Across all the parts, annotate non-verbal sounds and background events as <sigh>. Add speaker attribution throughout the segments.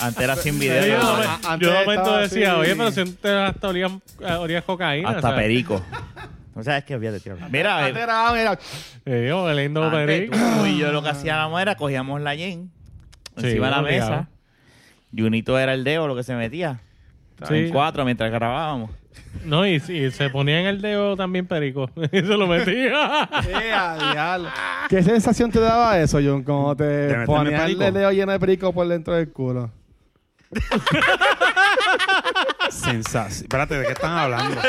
Speaker 1: Antes era sin
Speaker 2: Yo,
Speaker 1: video.
Speaker 2: de
Speaker 1: ¿no?
Speaker 2: momento-
Speaker 3: antes
Speaker 2: yo de momento
Speaker 3: estaba
Speaker 2: decía,
Speaker 3: así.
Speaker 2: oye, pero si antes hasta olías, eh, olías cocaína.
Speaker 1: Hasta
Speaker 2: o sea,
Speaker 1: perico. No sabes qué había de tirar. Mira,
Speaker 3: Antes
Speaker 1: eh,
Speaker 3: era, mira,
Speaker 2: eh, yo, oliendo
Speaker 1: antes
Speaker 2: perico.
Speaker 1: tú y yo lo que hacíamos era cogíamos la yen
Speaker 2: Sí,
Speaker 1: encima de la
Speaker 2: obligado.
Speaker 1: mesa. Junito era el dedo lo que se metía.
Speaker 2: Sí.
Speaker 1: En cuatro mientras grabábamos.
Speaker 2: No, y, y se ponía en el dedo también perico. <laughs> y se
Speaker 1: <laughs>
Speaker 2: lo metía.
Speaker 3: eh, a diablo.
Speaker 4: ¿Qué sensación te daba eso, John? Cuando
Speaker 5: ¿De
Speaker 4: te
Speaker 5: meterme
Speaker 4: ponías el
Speaker 5: perico?
Speaker 4: dedo lleno de perico por dentro del culo.
Speaker 5: Sensación. Espérate, ¿de qué están hablando?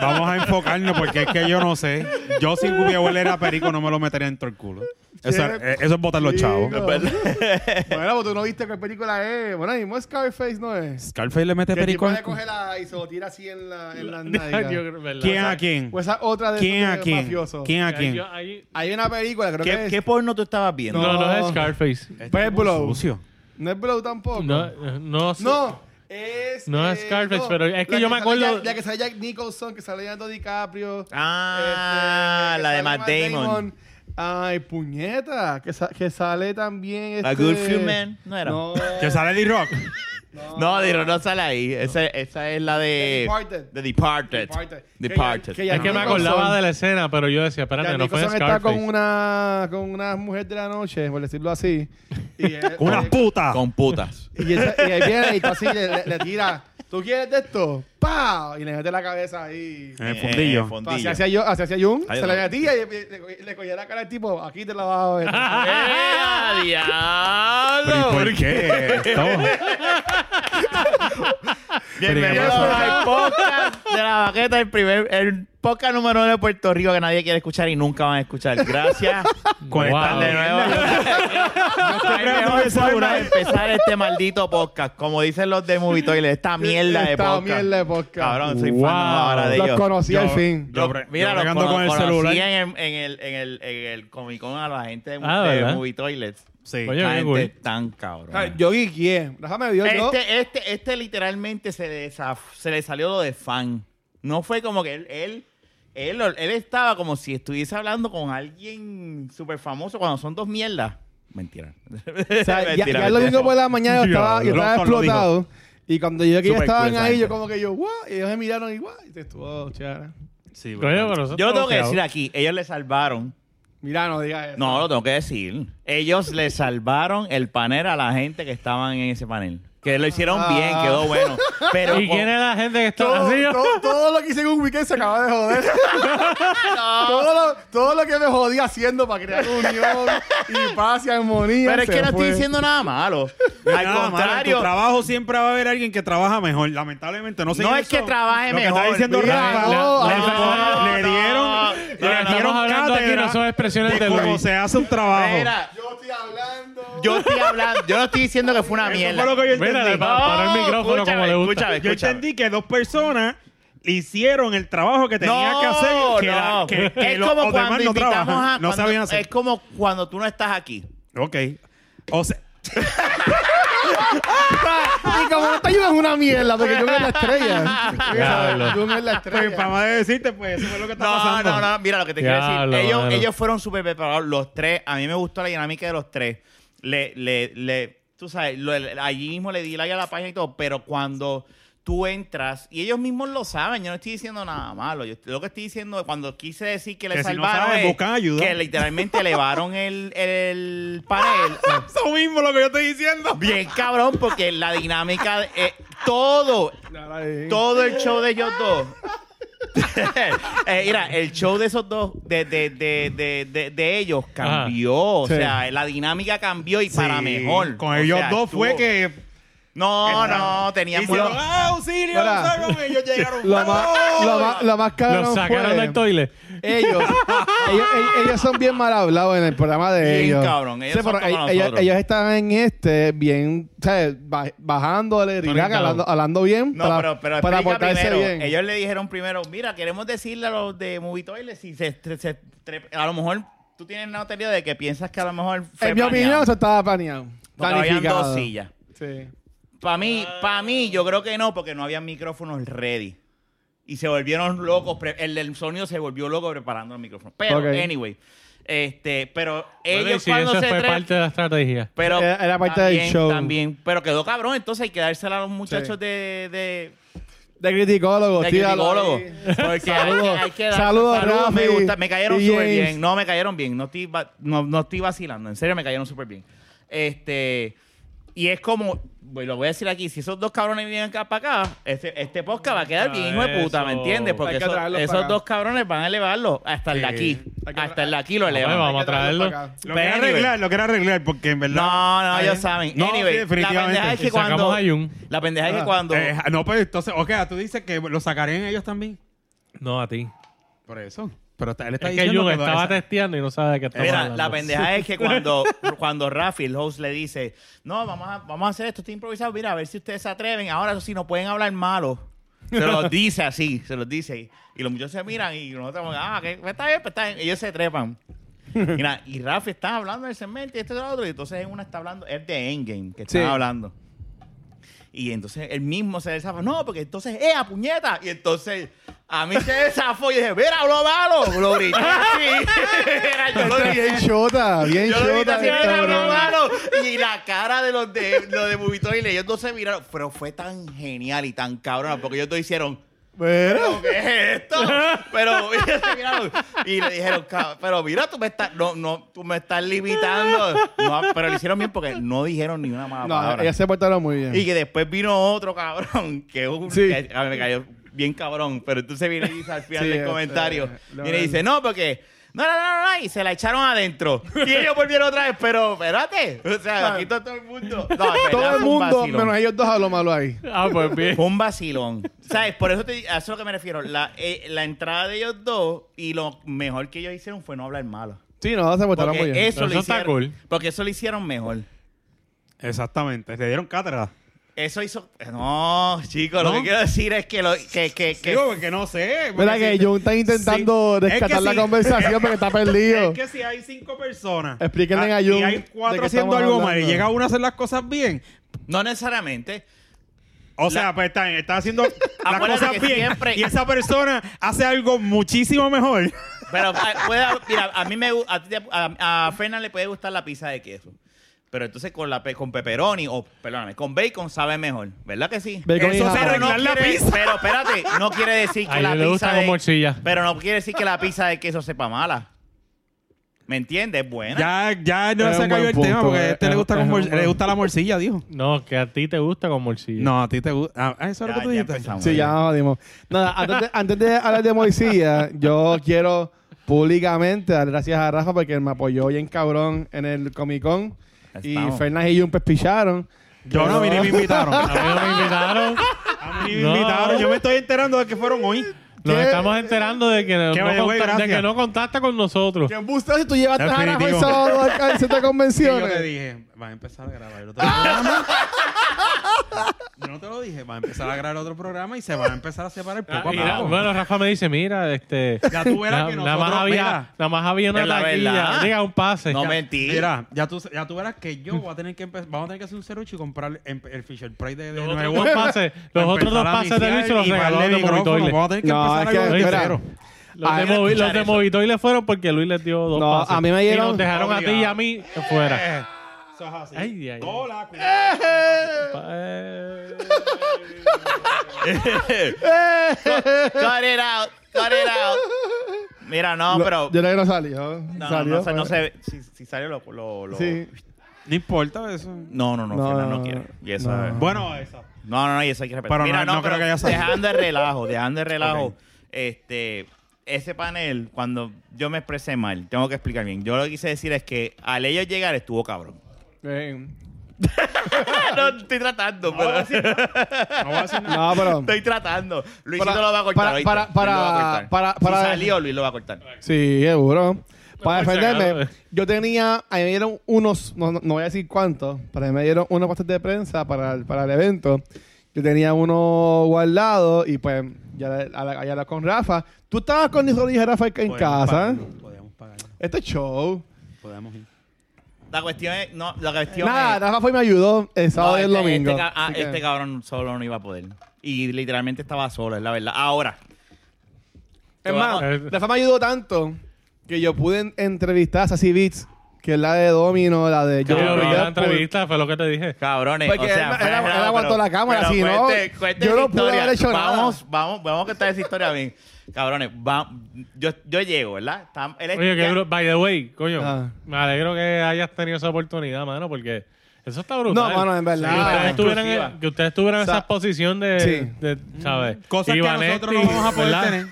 Speaker 5: Vamos a enfocarnos porque es que yo no sé. Yo si hubiera huele a perico no me lo metería dentro del culo. Eso,
Speaker 4: Qué
Speaker 5: eh, eso es botar los chavos.
Speaker 4: rico. bueno, pues tú no viste qué película es. eh, Bueno, mismo Scarface no es.
Speaker 5: Scarface le mete
Speaker 4: Que el tipo
Speaker 5: perico. al
Speaker 4: le
Speaker 5: cu-
Speaker 4: coge la y se lo tira así en la, en <laughs> la Pues nalga.
Speaker 2: Yo creo, ¿verdad? O
Speaker 5: ¿Quién
Speaker 2: sea,
Speaker 5: a quién?
Speaker 4: O esa otra de
Speaker 5: ¿Quién
Speaker 4: esos
Speaker 5: a
Speaker 4: de
Speaker 5: quién?
Speaker 4: mafiosos.
Speaker 5: ¿Quién a
Speaker 2: ahí
Speaker 5: quién?
Speaker 2: yo- ahí-
Speaker 4: Hay una película, creo que
Speaker 1: ¿Qué,
Speaker 4: es.
Speaker 1: qué porno tú estabas viendo?
Speaker 2: no, no
Speaker 4: No.
Speaker 2: es Scarface.
Speaker 4: Pep Blow.
Speaker 5: Sucio.
Speaker 4: No es Blow tampoco.
Speaker 2: No, eh, no, sé.
Speaker 4: No, es.
Speaker 2: No es Scarface, pero es que
Speaker 4: la
Speaker 2: yo me
Speaker 4: sale
Speaker 2: acuerdo-
Speaker 4: Jack- La que sale Jack Nicholson, que sale Leonardo DiCaprio.
Speaker 1: Ah,
Speaker 4: Este, que
Speaker 1: la de
Speaker 4: sale
Speaker 1: Matt Damon.
Speaker 4: Ay, puñeta. Que, sa- que sale también. Este...
Speaker 1: A Good Few Men, ¿no era?
Speaker 4: No.
Speaker 5: Que sale d Rock.
Speaker 1: No, Diro, no sale ahí. Esa, esa es la de...
Speaker 4: The Departed.
Speaker 1: The Departed.
Speaker 4: Departed.
Speaker 1: Departed.
Speaker 4: Que ya-
Speaker 2: Es que me
Speaker 4: Nicholson.
Speaker 2: acordaba de la escena, pero yo decía, espérate,
Speaker 4: Jack
Speaker 2: no fue
Speaker 4: Nicholson está con
Speaker 2: Scarface.
Speaker 4: una, con una mujer de la noche, por decirlo así.
Speaker 1: <laughs>
Speaker 4: Y él-
Speaker 5: Con una puta.
Speaker 1: Con putas.
Speaker 4: Y, él- y ahí viene y está así, le, le- le tira. ¿Tú quieres de esto? ¡Pah! Y le mete la cabeza ahí.
Speaker 5: En el
Speaker 1: Eh,
Speaker 5: fundillo.
Speaker 1: fondillo.
Speaker 4: Así hacía yo, así hacía Jun,
Speaker 1: Ahí
Speaker 4: se
Speaker 1: va.
Speaker 4: la metía y le, le, le cogía la cara al tipo, aquí te la vas a ver.
Speaker 1: <laughs> ¡Eh,
Speaker 5: ¿Pero
Speaker 1: diablo!
Speaker 5: y por qué? esto?
Speaker 1: Bienvenidos al podcast de la baqueta, el primer, el podcast número uno de Puerto Rico que nadie quiere escuchar y nunca van a escuchar.
Speaker 5: <laughs>
Speaker 1: Gracias.
Speaker 5: Conectar
Speaker 2: Wow.
Speaker 1: De
Speaker 5: <laughs>
Speaker 1: nuevo. No hay mejor forma de empezar este maldito podcast. Como dicen los de Movitoiles, esta <laughs> mierda de
Speaker 4: Esta
Speaker 1: podcast.
Speaker 4: mierda de podcast.
Speaker 1: Cabrón, soy fan
Speaker 2: Wow.
Speaker 1: ahora de
Speaker 4: Los
Speaker 1: ellos.
Speaker 4: conocí
Speaker 5: Yo-
Speaker 4: al fin.
Speaker 5: Yo,
Speaker 1: Los-
Speaker 5: bre-
Speaker 1: mira,
Speaker 5: yo
Speaker 1: los
Speaker 5: bregando con el
Speaker 1: cono-
Speaker 5: celular.
Speaker 1: conocí en, en el, en el, en el Comic Con a la gente de,
Speaker 2: Ah,
Speaker 1: de
Speaker 2: ¿verdad?
Speaker 1: Movie Toilets.
Speaker 5: Sí.
Speaker 2: Oye,
Speaker 1: la
Speaker 2: qué
Speaker 1: gente
Speaker 2: cool.
Speaker 1: es tan cabrón.
Speaker 4: Ay, Yo guiqué. Déjame Dios, yo.
Speaker 1: Este, este, este literalmente se le, sa- se le salió lo de fan. No fue como que él, él, él, él estaba como si estuviese hablando con alguien súper famoso cuando son dos mierdas. Mentira. <laughs>
Speaker 4: O sea, ya,
Speaker 1: Mentira,
Speaker 4: ya el domingo
Speaker 1: mentira.
Speaker 4: por la mañana yo estaba, yo
Speaker 5: Diablo,
Speaker 4: estaba
Speaker 5: Rolfo lo dijo.
Speaker 4: explotado. Y cuando yo que ya
Speaker 1: Súper
Speaker 4: estaban
Speaker 1: cool esa
Speaker 4: ahí, yo
Speaker 1: gente.
Speaker 4: como que yo, ¡guau! Y ellos me miraron y ¡guau! Y te estuvo chévere.
Speaker 5: Sí,
Speaker 2: Coño,
Speaker 5: bregando.
Speaker 2: pero eso
Speaker 1: Yo lo
Speaker 2: está
Speaker 1: tengo que
Speaker 2: bloqueado.
Speaker 1: decir aquí. Ellos le salvaron.
Speaker 4: Mira, no digas eso.
Speaker 1: No, lo tengo que decir. Ellos le salvaron el panel a la gente que estaban en ese panel. Que lo hicieron bien,
Speaker 4: Ah.
Speaker 1: quedó bueno. Pero
Speaker 4: <laughs>
Speaker 2: ¿Y
Speaker 1: con-
Speaker 2: quién es la gente que está
Speaker 4: Todo,
Speaker 2: así?
Speaker 4: todo- todo lo que hice en un weekend se acaba
Speaker 1: <laughs>
Speaker 4: de joder. todo, lo, todo lo que me jodí haciendo para crear unión y paz y armonía.
Speaker 1: Pero es
Speaker 4: se
Speaker 1: que no
Speaker 4: fue.
Speaker 1: estoy diciendo nada
Speaker 4: <laughs>
Speaker 1: malo.
Speaker 5: Nada,
Speaker 1: Al
Speaker 5: mano, en tu
Speaker 1: contrario,
Speaker 5: trabajo siempre va a haber alguien que trabaja mejor. Lamentablemente, no sé.
Speaker 1: No
Speaker 5: quién
Speaker 1: es que
Speaker 5: son.
Speaker 1: trabaje
Speaker 5: Lo que
Speaker 1: mejor.
Speaker 5: está diciendo
Speaker 4: Mira,
Speaker 5: Rafa,
Speaker 4: no,
Speaker 5: le-
Speaker 4: no,
Speaker 1: no,
Speaker 5: le
Speaker 1: no.
Speaker 5: dieron,
Speaker 1: No, no,
Speaker 5: le
Speaker 1: estamos
Speaker 5: dieron
Speaker 2: hablando aquí,
Speaker 5: cátedra
Speaker 2: no son expresiones de
Speaker 5: cómo
Speaker 2: Luis.
Speaker 5: se hace un trabajo.
Speaker 1: Mira,
Speaker 4: Yo estoy hablando.
Speaker 1: yo estoy hablando, yo no estoy diciendo que fue una
Speaker 5: Eso
Speaker 1: mierda.
Speaker 5: fue lo que yo
Speaker 2: Mira,
Speaker 5: entendí.
Speaker 2: le va- Para el micrófono
Speaker 1: escúchame,
Speaker 2: como le gusta.
Speaker 1: Escúchame,
Speaker 5: yo
Speaker 1: escúchame.
Speaker 5: entendí que dos personas hicieron el trabajo que tenía
Speaker 1: no,
Speaker 5: que hacer. Que
Speaker 1: no.
Speaker 5: la- que- que
Speaker 1: es
Speaker 5: los-
Speaker 1: como
Speaker 5: los demás
Speaker 1: cuando
Speaker 5: no
Speaker 1: invitamos
Speaker 5: trabajan,
Speaker 1: a
Speaker 5: no
Speaker 1: cuando-
Speaker 5: sabían hacer.
Speaker 1: Es como cuando tú no estás aquí.
Speaker 5: Ok. O sea, pues,
Speaker 4: Y como no te ayudas una mierda, porque yo es la estrella.
Speaker 2: Diablo.
Speaker 4: Yo es la
Speaker 5: pues, para
Speaker 4: estrella.
Speaker 5: más de decirte, pues eso fue lo que está
Speaker 1: No, no,
Speaker 5: pasando.
Speaker 1: no, mira lo que te
Speaker 2: Ya,
Speaker 1: quiero
Speaker 2: lo
Speaker 1: decir. Ellos,
Speaker 2: malo.
Speaker 1: ellos fueron súper preparados, los tres. A mí me gustó la dinámica de los tres. Le, le, le, tú sabes, lo- el- allí mismo le di like a la página y todo, pero cuando tú entras, y ellos mismos lo saben, yo no estoy diciendo nada malo. Yo lo que estoy diciendo, cuando quise decir que le
Speaker 5: Que si no
Speaker 1: salvaron,
Speaker 5: sabes,
Speaker 1: es
Speaker 5: buscan ayuda.
Speaker 1: que literalmente elevaron el, el
Speaker 5: <laughs>
Speaker 1: panel.
Speaker 5: Eso mismo lo que yo estoy diciendo.
Speaker 1: Bien cabrón, porque la dinámica, eh, todo, todo el show de ellos dos. <laughs> Eh, mira, el show de esos dos, de, de, de, de, de, de ellos, cambió.
Speaker 4: Sí.
Speaker 1: O sea, la dinámica cambió y para
Speaker 5: Sí,
Speaker 1: mejor.
Speaker 5: Con
Speaker 1: O
Speaker 5: ellos
Speaker 1: sea,
Speaker 5: dos fue
Speaker 1: estuvo-
Speaker 4: <laughs>
Speaker 5: que.
Speaker 1: No, no, tenían
Speaker 5: hicieron,
Speaker 1: <laughs> mucho-
Speaker 5: "Ah, auxilio,
Speaker 4: Mira.
Speaker 5: sálvame", y ellos llegaron.
Speaker 4: Lo más,
Speaker 5: "No".
Speaker 4: lo más, lo más cabrón
Speaker 2: Los sacaron
Speaker 4: fue-
Speaker 2: del toilet.
Speaker 4: ellos, ellos, ellos, ellos son bien mal hablados en el programa de
Speaker 1: Bien
Speaker 4: ellos.
Speaker 1: cabrón, ellos
Speaker 4: Sí,
Speaker 1: son
Speaker 4: pero
Speaker 1: como
Speaker 4: ellos,
Speaker 1: nosotros.
Speaker 4: ellos estaban en este bien, ¿sabes? Ba- Bajándole, relax, hablando, hablando bien
Speaker 1: No,
Speaker 4: para,
Speaker 1: pero, pero
Speaker 4: para
Speaker 1: explica
Speaker 4: portarse
Speaker 1: primero.
Speaker 4: bien.
Speaker 1: Ellos le dijeron primero, mira, queremos decirle a los de Movie Toilet si se, se- se- tre- a lo mejor tú tienes una teoría de que piensas que a lo mejor fue
Speaker 4: en mi opinión,
Speaker 1: planeado,
Speaker 4: eso estaba planeado.
Speaker 1: porque habían
Speaker 4: planificado.
Speaker 1: dos sillas.
Speaker 4: Sí.
Speaker 1: Para mí, para mí, yo creo que no, porque no había micrófonos ready. Y se volvieron locos. pre- El del sonido se volvió loco preparando el micrófono. Pero,
Speaker 4: Ok.
Speaker 1: anyway. Este, pero
Speaker 2: Bueno, y
Speaker 1: ellos
Speaker 2: si
Speaker 1: cuando
Speaker 2: eso
Speaker 1: se
Speaker 2: fue
Speaker 1: tre-
Speaker 2: parte de la estrategia.
Speaker 1: pero
Speaker 3: Era- era parte del
Speaker 1: también-
Speaker 3: show.
Speaker 1: También, pero quedó cabrón, entonces hay que dársela a los muchachos de, de,
Speaker 3: De criticólogo,
Speaker 1: de
Speaker 3: tíralo.
Speaker 1: criticólogo.
Speaker 3: ahí.
Speaker 1: Porque hay que-
Speaker 3: Saludos.
Speaker 1: hay que dar-
Speaker 3: Saludos, Rafi
Speaker 1: me gusta, me cayeron
Speaker 3: y
Speaker 1: súper
Speaker 3: James.
Speaker 1: bien. No, me cayeron bien. No estoy, va- no, no estoy vacilando. En serio, me cayeron súper bien. Este, y es como, bueno, lo voy a decir aquí, si esos dos cabrones vienen acá para acá, este, este podcast va a quedar bien,
Speaker 2: Ah,
Speaker 1: hijo de puta, ¿me
Speaker 2: eso.
Speaker 1: entiendes? Porque
Speaker 4: Hay que
Speaker 1: esos-
Speaker 4: traerlos para
Speaker 1: esos
Speaker 4: acá.
Speaker 1: dos cabrones van a elevarlo hasta el de
Speaker 4: Sí.
Speaker 1: aquí.
Speaker 4: Hay que
Speaker 1: Hasta
Speaker 4: tra-
Speaker 1: el de aquí lo
Speaker 2: Ah, Bueno,
Speaker 1: elevan.
Speaker 2: vamos a traerlo.
Speaker 4: Hay que traerlo
Speaker 5: Lo
Speaker 1: Pero
Speaker 5: quiero
Speaker 1: anyway.
Speaker 5: arreglar, lo quiero arreglar, porque en verdad.
Speaker 1: No, no,
Speaker 5: Está
Speaker 1: ellos
Speaker 5: bien.
Speaker 1: saben.
Speaker 5: No,
Speaker 1: anyway,
Speaker 5: sí,
Speaker 1: La pendeja
Speaker 5: definitivamente.
Speaker 1: es que
Speaker 2: Si sacamos
Speaker 1: cuando.
Speaker 2: a Jun.
Speaker 1: La pendeja es que
Speaker 4: Ah.
Speaker 1: cuando.
Speaker 5: Eh, no, pero entonces, ok, ah, tú dices que lo sacarían ellos también.
Speaker 2: No, a ti.
Speaker 5: Por eso. Pero está- él está
Speaker 2: Es que
Speaker 5: diciendo
Speaker 2: Jun
Speaker 5: que lo-
Speaker 2: estaba
Speaker 5: esa-
Speaker 2: testeando y no sabe de qué estaba
Speaker 1: Mira,
Speaker 2: hablando.
Speaker 1: la pendeja es que cuando, <laughs> cuando Rafi, el host, le dice, no, vamos a, vamos a hacer esto, estoy improvisado, mira, a ver si ustedes se atreven, ahora eso sí, no pueden hablar malo. Se los dice así, se los dice. Y, y los muchachos se miran y nosotros, como, ah, que pues está bien, pues está bien. Ellos se trepan. Mira, y Rafi está hablando del segmento y esto y lo otro, y entonces en una está hablando, es de Endgame que está
Speaker 3: Sí.
Speaker 1: hablando. Y entonces él mismo se desafó. No, porque entonces, ¡eh, a puñeta! Y entonces a mí se desafó y dije, ¡Mira, habló malo! Lo grité así. <laughs> Mira, yo lo
Speaker 4: Está
Speaker 1: grité.
Speaker 4: bien chota, bien
Speaker 1: Yo lo grité
Speaker 4: chota.
Speaker 1: así, "Mira,
Speaker 4: cabrón.
Speaker 1: habló malo! Y la cara de los de, los de Bubito y ellos no se miraron. Pero fue tan genial y tan cabrón, porque ellos dos hicieron.
Speaker 4: Pero,
Speaker 1: ¿Pero qué es esto? Pero <laughs> ellos se miraron y le dijeron, "Cab- pero mira, tú me estás, no, no, tú me estás limitando. No, pero lo hicieron bien porque no dijeron ni una mala
Speaker 4: no,
Speaker 1: palabra.
Speaker 4: ellas se portaron muy bien.
Speaker 1: Ah, pues Y que después vino otro cabrón, <laughs> que, es un-
Speaker 4: Sí.
Speaker 1: que a mí me cayó bien cabrón, pero entonces viene y dice al final
Speaker 4: Sí,
Speaker 1: del
Speaker 4: eh,
Speaker 1: comentario,
Speaker 4: eh, lo
Speaker 1: viene y
Speaker 4: ven.
Speaker 1: dice, no, porque... No, no, no, no, no", y se la echaron adentro. Y ellos volvieron otra vez, pero espérate. O sea, aquí todo, todo el
Speaker 4: <laughs>
Speaker 1: mundo. No, en verdad,
Speaker 4: Todo
Speaker 1: fue un
Speaker 4: el mundo,
Speaker 1: vacilón.
Speaker 4: menos ellos dos, habló malo ahí.
Speaker 2: <laughs> Ah, pues bien.
Speaker 1: Fue un vacilón. ¿Sabes? Por eso te, a eso es lo que me refiero. La, eh, la entrada de ellos dos y lo mejor que ellos hicieron fue no hablar malo.
Speaker 4: Sí, no, se portaron muy
Speaker 1: Porque
Speaker 4: bien.
Speaker 1: eso, lo
Speaker 2: Eso está
Speaker 1: hicieron,
Speaker 2: cool.
Speaker 1: porque eso lo hicieron mejor.
Speaker 5: Exactamente. Le dieron cátedra.
Speaker 1: Eso hizo. No, chicos, lo
Speaker 5: ¿No?
Speaker 1: que quiero decir es que. Lo, que, que, que
Speaker 5: Digo, porque no sé. porque
Speaker 4: Mira
Speaker 5: si-
Speaker 4: que John está intentando
Speaker 5: Sí. Es que
Speaker 4: rescatar la
Speaker 5: sí.
Speaker 4: conversación porque
Speaker 1: <laughs>
Speaker 4: está perdido.
Speaker 5: Es que si hay cinco personas.
Speaker 4: Explíquenle
Speaker 5: ah,
Speaker 4: a Jun
Speaker 5: Y hay
Speaker 4: de qué
Speaker 5: cuatro
Speaker 4: estamos
Speaker 5: haciendo algo mal y
Speaker 4: hablando.
Speaker 5: llega uno a hacer las cosas bien.
Speaker 1: no necesariamente.
Speaker 5: O sea, pues está, está
Speaker 1: <laughs>
Speaker 5: haciendo las
Speaker 1: Acuérdate
Speaker 5: cosas
Speaker 1: que
Speaker 5: bien.
Speaker 1: siempre-
Speaker 5: Y esa persona hace algo
Speaker 1: <laughs>
Speaker 5: muchísimo mejor.
Speaker 1: Pero a- puede, mira, a mí me gu- a, ti te- a, a Fernan le puede gustar la pizza de queso. Pero entonces con la pe- con pepperoni o perdóname, con bacon sabe mejor, ¿verdad que sí?
Speaker 4: Bacon y
Speaker 5: Eso se
Speaker 4: jamón.
Speaker 1: Pero no
Speaker 5: arreglar la
Speaker 1: quiere-
Speaker 5: pizza.
Speaker 1: Pero espérate, no quiere decir que
Speaker 2: A
Speaker 1: la
Speaker 2: ellos le
Speaker 1: pizza
Speaker 2: gusta
Speaker 1: de-
Speaker 2: con morcilla.
Speaker 1: Pero no quiere decir que la pizza de queso sepa mala. ¿Me entiendes? Es Buena.
Speaker 5: Ya, ya no
Speaker 4: Es
Speaker 5: se
Speaker 4: un
Speaker 5: cayó
Speaker 4: buen
Speaker 5: el tema
Speaker 4: punto,
Speaker 5: porque a
Speaker 4: eh.
Speaker 5: este le
Speaker 2: Es-
Speaker 5: gusta,
Speaker 2: es
Speaker 5: con
Speaker 2: un
Speaker 5: mor-
Speaker 2: buen-
Speaker 5: le gusta la morcilla, dijo.
Speaker 2: No, que a ti te gusta con morcilla.
Speaker 5: No, a ti te gusta. Ah, eso es lo
Speaker 1: Ya-
Speaker 5: que tú
Speaker 1: ya
Speaker 5: dijiste.
Speaker 1: empezamos.
Speaker 4: Sí, ya nos jodimos. Nada, antes de, antes de hablar de Moisía, yo quiero públicamente dar gracias a Rafa porque me apoyó bien cabrón en el Comic Con. Y
Speaker 1: Estamos.
Speaker 4: Fernández y Jun picharon.
Speaker 5: Yo no vine y me <laughs> invitaron.
Speaker 2: A mí no me invitaron.
Speaker 5: A mí me
Speaker 2: No.
Speaker 5: invitaron. Yo me estoy enterando de que fueron hoy.
Speaker 2: Nos
Speaker 4: ¿Qué?
Speaker 2: estamos enterando de que, no,
Speaker 5: Que by the way,
Speaker 2: conta- de
Speaker 5: gracias.
Speaker 2: que no contacta con nosotros.
Speaker 4: Que embuste si tú llevaste a Rafa el
Speaker 5: Definitivo.
Speaker 4: sábado al calceta de
Speaker 5: Y yo te
Speaker 4: convenciones.
Speaker 5: dije, va a empezar a grabar el otro programa. Yo no te lo dije, va a empezar a grabar el otro programa y se van a empezar a separar poco
Speaker 1: Ah,
Speaker 5: a
Speaker 2: Y la-
Speaker 5: poco.
Speaker 2: bueno, Rafa me dice, mira, este...
Speaker 5: Ya tú verás
Speaker 2: na-
Speaker 5: que
Speaker 2: nada más
Speaker 5: nosotros,
Speaker 2: había,
Speaker 5: mira.
Speaker 2: nada más había una
Speaker 1: Es la
Speaker 2: taquilla.
Speaker 1: verdad.
Speaker 2: Diga, un pase.
Speaker 1: no
Speaker 2: Ya.
Speaker 1: mentí.
Speaker 5: Mira, ya tú, ya tú verás que yo voy a tener que empezar, vamos a tener que hacer un cerucho y comprar el, el Fisher Price de, de
Speaker 2: Los
Speaker 5: nuevo.
Speaker 2: otros dos
Speaker 5: <laughs>
Speaker 2: pases, los
Speaker 5: Para
Speaker 2: otros dos
Speaker 5: empezar a
Speaker 2: pases de Luis se los
Speaker 5: mixear y
Speaker 2: regaló
Speaker 5: darle
Speaker 2: de
Speaker 5: micrófono.
Speaker 2: Movitoile.
Speaker 5: Vamos a tener que
Speaker 4: No,
Speaker 5: empezar
Speaker 4: es
Speaker 5: algo
Speaker 4: que,
Speaker 5: desde
Speaker 4: espera.
Speaker 5: cero.
Speaker 2: Los
Speaker 1: Hay
Speaker 2: de,
Speaker 1: que
Speaker 2: Movi-
Speaker 1: escuchar
Speaker 2: los de
Speaker 1: eso.
Speaker 2: Movitoile fueron porque Luis les dio dos
Speaker 4: No,
Speaker 2: pases.
Speaker 4: a mí me dieron-
Speaker 2: Y nos dejaron a ti y a mí fuera.
Speaker 5: Eh, Eso es así.
Speaker 2: Ay, ay, ay.
Speaker 5: Hola, cuidado.
Speaker 2: Eh,
Speaker 1: Cut it out. Cut it out. Mira, no,
Speaker 4: Lo-
Speaker 1: pero.
Speaker 4: Yo creo que no salió.
Speaker 1: no,
Speaker 4: salió.
Speaker 1: no, no, no
Speaker 4: fue.
Speaker 1: se ve. Si, si sale lo. lo, lo-
Speaker 4: Sí.
Speaker 5: No importa eso.
Speaker 1: No, no, no,
Speaker 4: No,
Speaker 1: Fernan no
Speaker 4: no,
Speaker 1: quiere. Y eso
Speaker 4: no.
Speaker 1: es-
Speaker 5: Bueno, esa.
Speaker 1: No, no, no, y eso hay que respetar.
Speaker 5: Pero
Speaker 1: Mira,
Speaker 5: no-
Speaker 1: no,
Speaker 5: no
Speaker 1: pero
Speaker 5: creo que haya salido.
Speaker 1: dejando el relajo, dejando el relajo,
Speaker 5: Ok.
Speaker 1: este, ese panel, cuando yo me expresé mal, tengo que explicar bien. Yo lo que quise decir es que al ellos llegar estuvo cabrón. <laughs> Ah,
Speaker 4: Bien.
Speaker 1: no estoy tratando, pero
Speaker 5: No voy a decir nada.
Speaker 4: No, pero.
Speaker 1: estoy tratando. Luisito
Speaker 4: Para-
Speaker 1: lo va a cortar.
Speaker 4: para-
Speaker 1: ¿oíste?
Speaker 4: para-
Speaker 1: Luis lo va a
Speaker 4: para-
Speaker 1: cortar.
Speaker 4: para-
Speaker 1: Si
Speaker 4: para-
Speaker 1: salió, Luis lo va a cortar.
Speaker 4: Sí, seguro. Para
Speaker 2: No, por si
Speaker 4: defenderme,
Speaker 2: acaso.
Speaker 4: yo tenía, a mí me dieron unos, no, no- no voy a decir cuántos, pero a mí me dieron unos postes de prensa para el, para el evento. Yo tenía uno guardado y pues ya le- a la- ya hablaba con Rafa. Tú estabas con yo se lo dije a Rafa en
Speaker 5: Podemos
Speaker 4: casa.
Speaker 5: pagarlo, Podemos pagarlo.
Speaker 4: Este es show.
Speaker 5: Podemos ir.
Speaker 1: La cuestión es, no, la cuestión
Speaker 4: Nada,
Speaker 1: es.
Speaker 4: Rafa fue y me ayudó el sábado
Speaker 1: No,
Speaker 4: y el
Speaker 1: este- este
Speaker 4: domingo.
Speaker 1: ca- ah,
Speaker 4: Así que-
Speaker 1: este cabrón solo no iba a poder. Y literalmente estaba solo, es la verdad. Ahora,
Speaker 4: es más,
Speaker 2: vamos-
Speaker 4: Rafa me ayudó tanto que yo pude en- entrevistar a Sassy Beats, que es la de Domino, la de Joe
Speaker 2: Cabrón,
Speaker 4: Bellier,
Speaker 2: la
Speaker 4: por-
Speaker 2: entrevista fue lo que te dije.
Speaker 1: Cabrones,
Speaker 4: Porque
Speaker 1: o sea,
Speaker 4: él-
Speaker 1: fuera
Speaker 4: él-
Speaker 1: de
Speaker 4: él
Speaker 1: broma,
Speaker 4: aguantó
Speaker 1: pero-
Speaker 4: la cámara,
Speaker 1: pero
Speaker 4: si no,
Speaker 1: cuente- cuente
Speaker 4: yo
Speaker 1: la
Speaker 4: no pude
Speaker 1: historia.
Speaker 4: haber hecho nada.
Speaker 1: vamos, Vamos, vamos a contar esa historia bien. Cabrones, va- yo, yo llego, ¿verdad? Tam- él es-
Speaker 2: Oye, que
Speaker 1: ya-
Speaker 2: bru- by the way, coño,
Speaker 4: Ah.
Speaker 2: me alegro que hayas tenido esa oportunidad, mano, porque eso está brutal.
Speaker 4: No, mano, en verdad.
Speaker 2: Que ustedes
Speaker 1: Ah,
Speaker 2: tuvieran,
Speaker 1: exclusiva.
Speaker 2: que ustedes tuvieran
Speaker 4: O sea,
Speaker 2: esa exposición de,
Speaker 4: sí.
Speaker 2: de- ¿sabes?
Speaker 5: Cosas que
Speaker 2: Ivanetti,
Speaker 5: nosotros no vamos a poder
Speaker 2: ¿verdad?
Speaker 5: tener.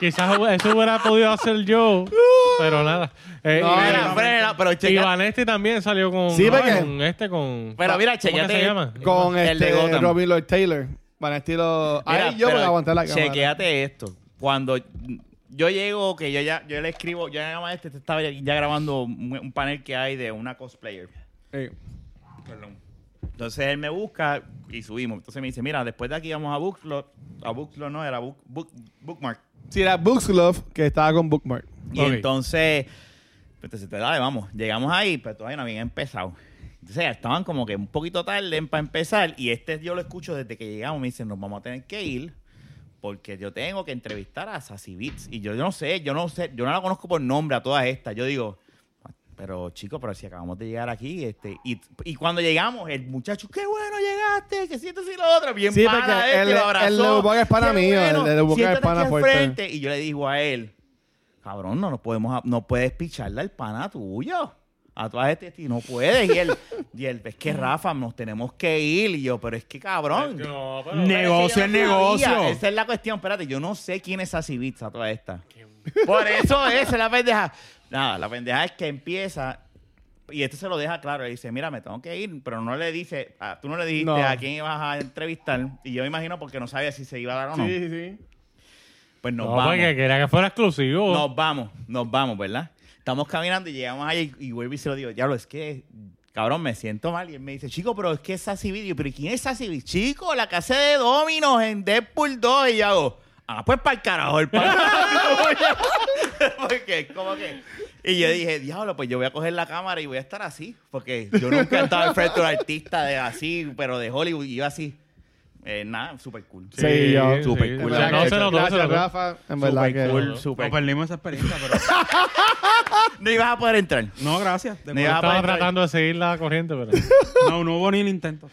Speaker 2: Quizás hu- eso hubiera podido hacer yo, pero nada. Eh,
Speaker 4: No,
Speaker 2: y-
Speaker 1: Frena, frena, pero
Speaker 2: y
Speaker 1: checa.
Speaker 2: Vanetti también salió con,
Speaker 4: Sí, porque-
Speaker 2: con este, con...
Speaker 1: Pero mira,
Speaker 2: ¿cómo que
Speaker 1: chequeate
Speaker 2: se llama?
Speaker 4: con
Speaker 1: El de
Speaker 4: este
Speaker 1: Gotham.
Speaker 4: Robin Lloyd Taylor. Van estilo.
Speaker 1: Mira,
Speaker 4: Ahí yo voy
Speaker 1: pero
Speaker 4: a aguantar la cámara.
Speaker 1: Chequéate esto. Cuando yo llego, que yo ya yo le escribo, yo nada más este, este estaba ya, ya grabando un, un panel que hay de una cosplayer.
Speaker 4: Sí.
Speaker 1: Perdón. Entonces él me busca y subimos. Entonces me dice, mira, después de aquí vamos a Bookslot. A Bookslot no, era Book- Book- Bookmark.
Speaker 4: Sí, era Books Love, que estaba con Bookmark.
Speaker 1: Y
Speaker 2: Ok.
Speaker 1: entonces, pues, entonces, dale, vamos. Llegamos ahí, pues, pero todavía no habían empezado. Entonces, ya estaban como que un poquito tarde para empezar. Y este yo lo escucho desde que llegamos. Me dicen, nos vamos a tener que ir porque yo tengo que entrevistar a Sassy Beats. Y yo, yo no sé, yo no sé, yo no la conozco por nombre a todas estas. Yo digo, pero chicos, pero si acabamos de llegar aquí, este, y, y cuando llegamos, el muchacho, qué bueno llegaste, que sientes y lo otro, bien
Speaker 4: Sí,
Speaker 1: pana
Speaker 4: porque
Speaker 1: este,
Speaker 4: el-
Speaker 1: lo
Speaker 4: el
Speaker 1: abrazó.
Speaker 4: Leuboca es pana
Speaker 1: "Qué
Speaker 4: mío, el Leuboca es
Speaker 1: siéntate aquí
Speaker 4: pana
Speaker 1: al
Speaker 4: fuerte".
Speaker 1: frente". Y yo le digo a él, cabrón, no nos podemos, no puedes picharle al pana tuyo. A todas estas, y no puedes. Y él, y él, es que Rafa, nos tenemos que ir. Y yo, pero es que cabrón.
Speaker 2: No, pero...
Speaker 5: Ne-
Speaker 1: Pero
Speaker 5: Negocio
Speaker 1: que yo
Speaker 5: es
Speaker 1: no
Speaker 5: negocio.
Speaker 1: sabía. Esa es la cuestión. Espérate, yo no sé quién es Asibitza toda esta. Por eso es esa es la pendeja. Nada, la pendeja es que empieza y esto se lo deja claro. Le dice, mira, me tengo que ir, pero no le dice, ah, tú no le dijiste
Speaker 4: No.
Speaker 1: a quién ibas a entrevistar. Y yo me imagino porque no sabía si se iba a dar o no.
Speaker 4: Sí, sí.
Speaker 1: Pues nos
Speaker 2: No,
Speaker 1: vamos.
Speaker 2: porque quería que fuera
Speaker 4: Oh.
Speaker 2: exclusivo.
Speaker 1: Nos vamos, nos vamos, ¿verdad? Estamos caminando y llegamos ahí y vuelvo y se lo digo, ya lo es que, cabrón, me siento mal. Y él me dice, chico, pero es que es Sassy Beats". Y yo, ¿Pero quién es Sassy Beats? Chico, la casa de Dominos en Deadpool 2. Y yo hago, ah, pues para el carajo, el pan. <laughs> Porque es como que... Y yo dije, diablo, pues yo voy a coger la cámara y voy a estar así. Porque yo nunca he estado enfrente de un artista de así, pero de Hollywood. Y yo así, eh, nada, súper cool.
Speaker 4: Sí, yo,
Speaker 1: super
Speaker 2: sí.
Speaker 1: cool.
Speaker 2: O sea,
Speaker 1: Gracias,
Speaker 2: No se notó, se
Speaker 4: Gracias,
Speaker 2: notó.
Speaker 4: Rafa. En verdad
Speaker 1: Súper
Speaker 4: que.
Speaker 1: cool,
Speaker 5: Nos
Speaker 1: súper cool.
Speaker 5: perdimos esa experiencia, pero...
Speaker 1: No ibas a poder entrar.
Speaker 5: No, gracias. De
Speaker 1: Ni
Speaker 5: acuerdo.
Speaker 1: va a
Speaker 2: Estaba
Speaker 1: poder entrar.
Speaker 2: tratando de seguir la corriente, pero... <laughs>
Speaker 5: No, no hubo ni el intento.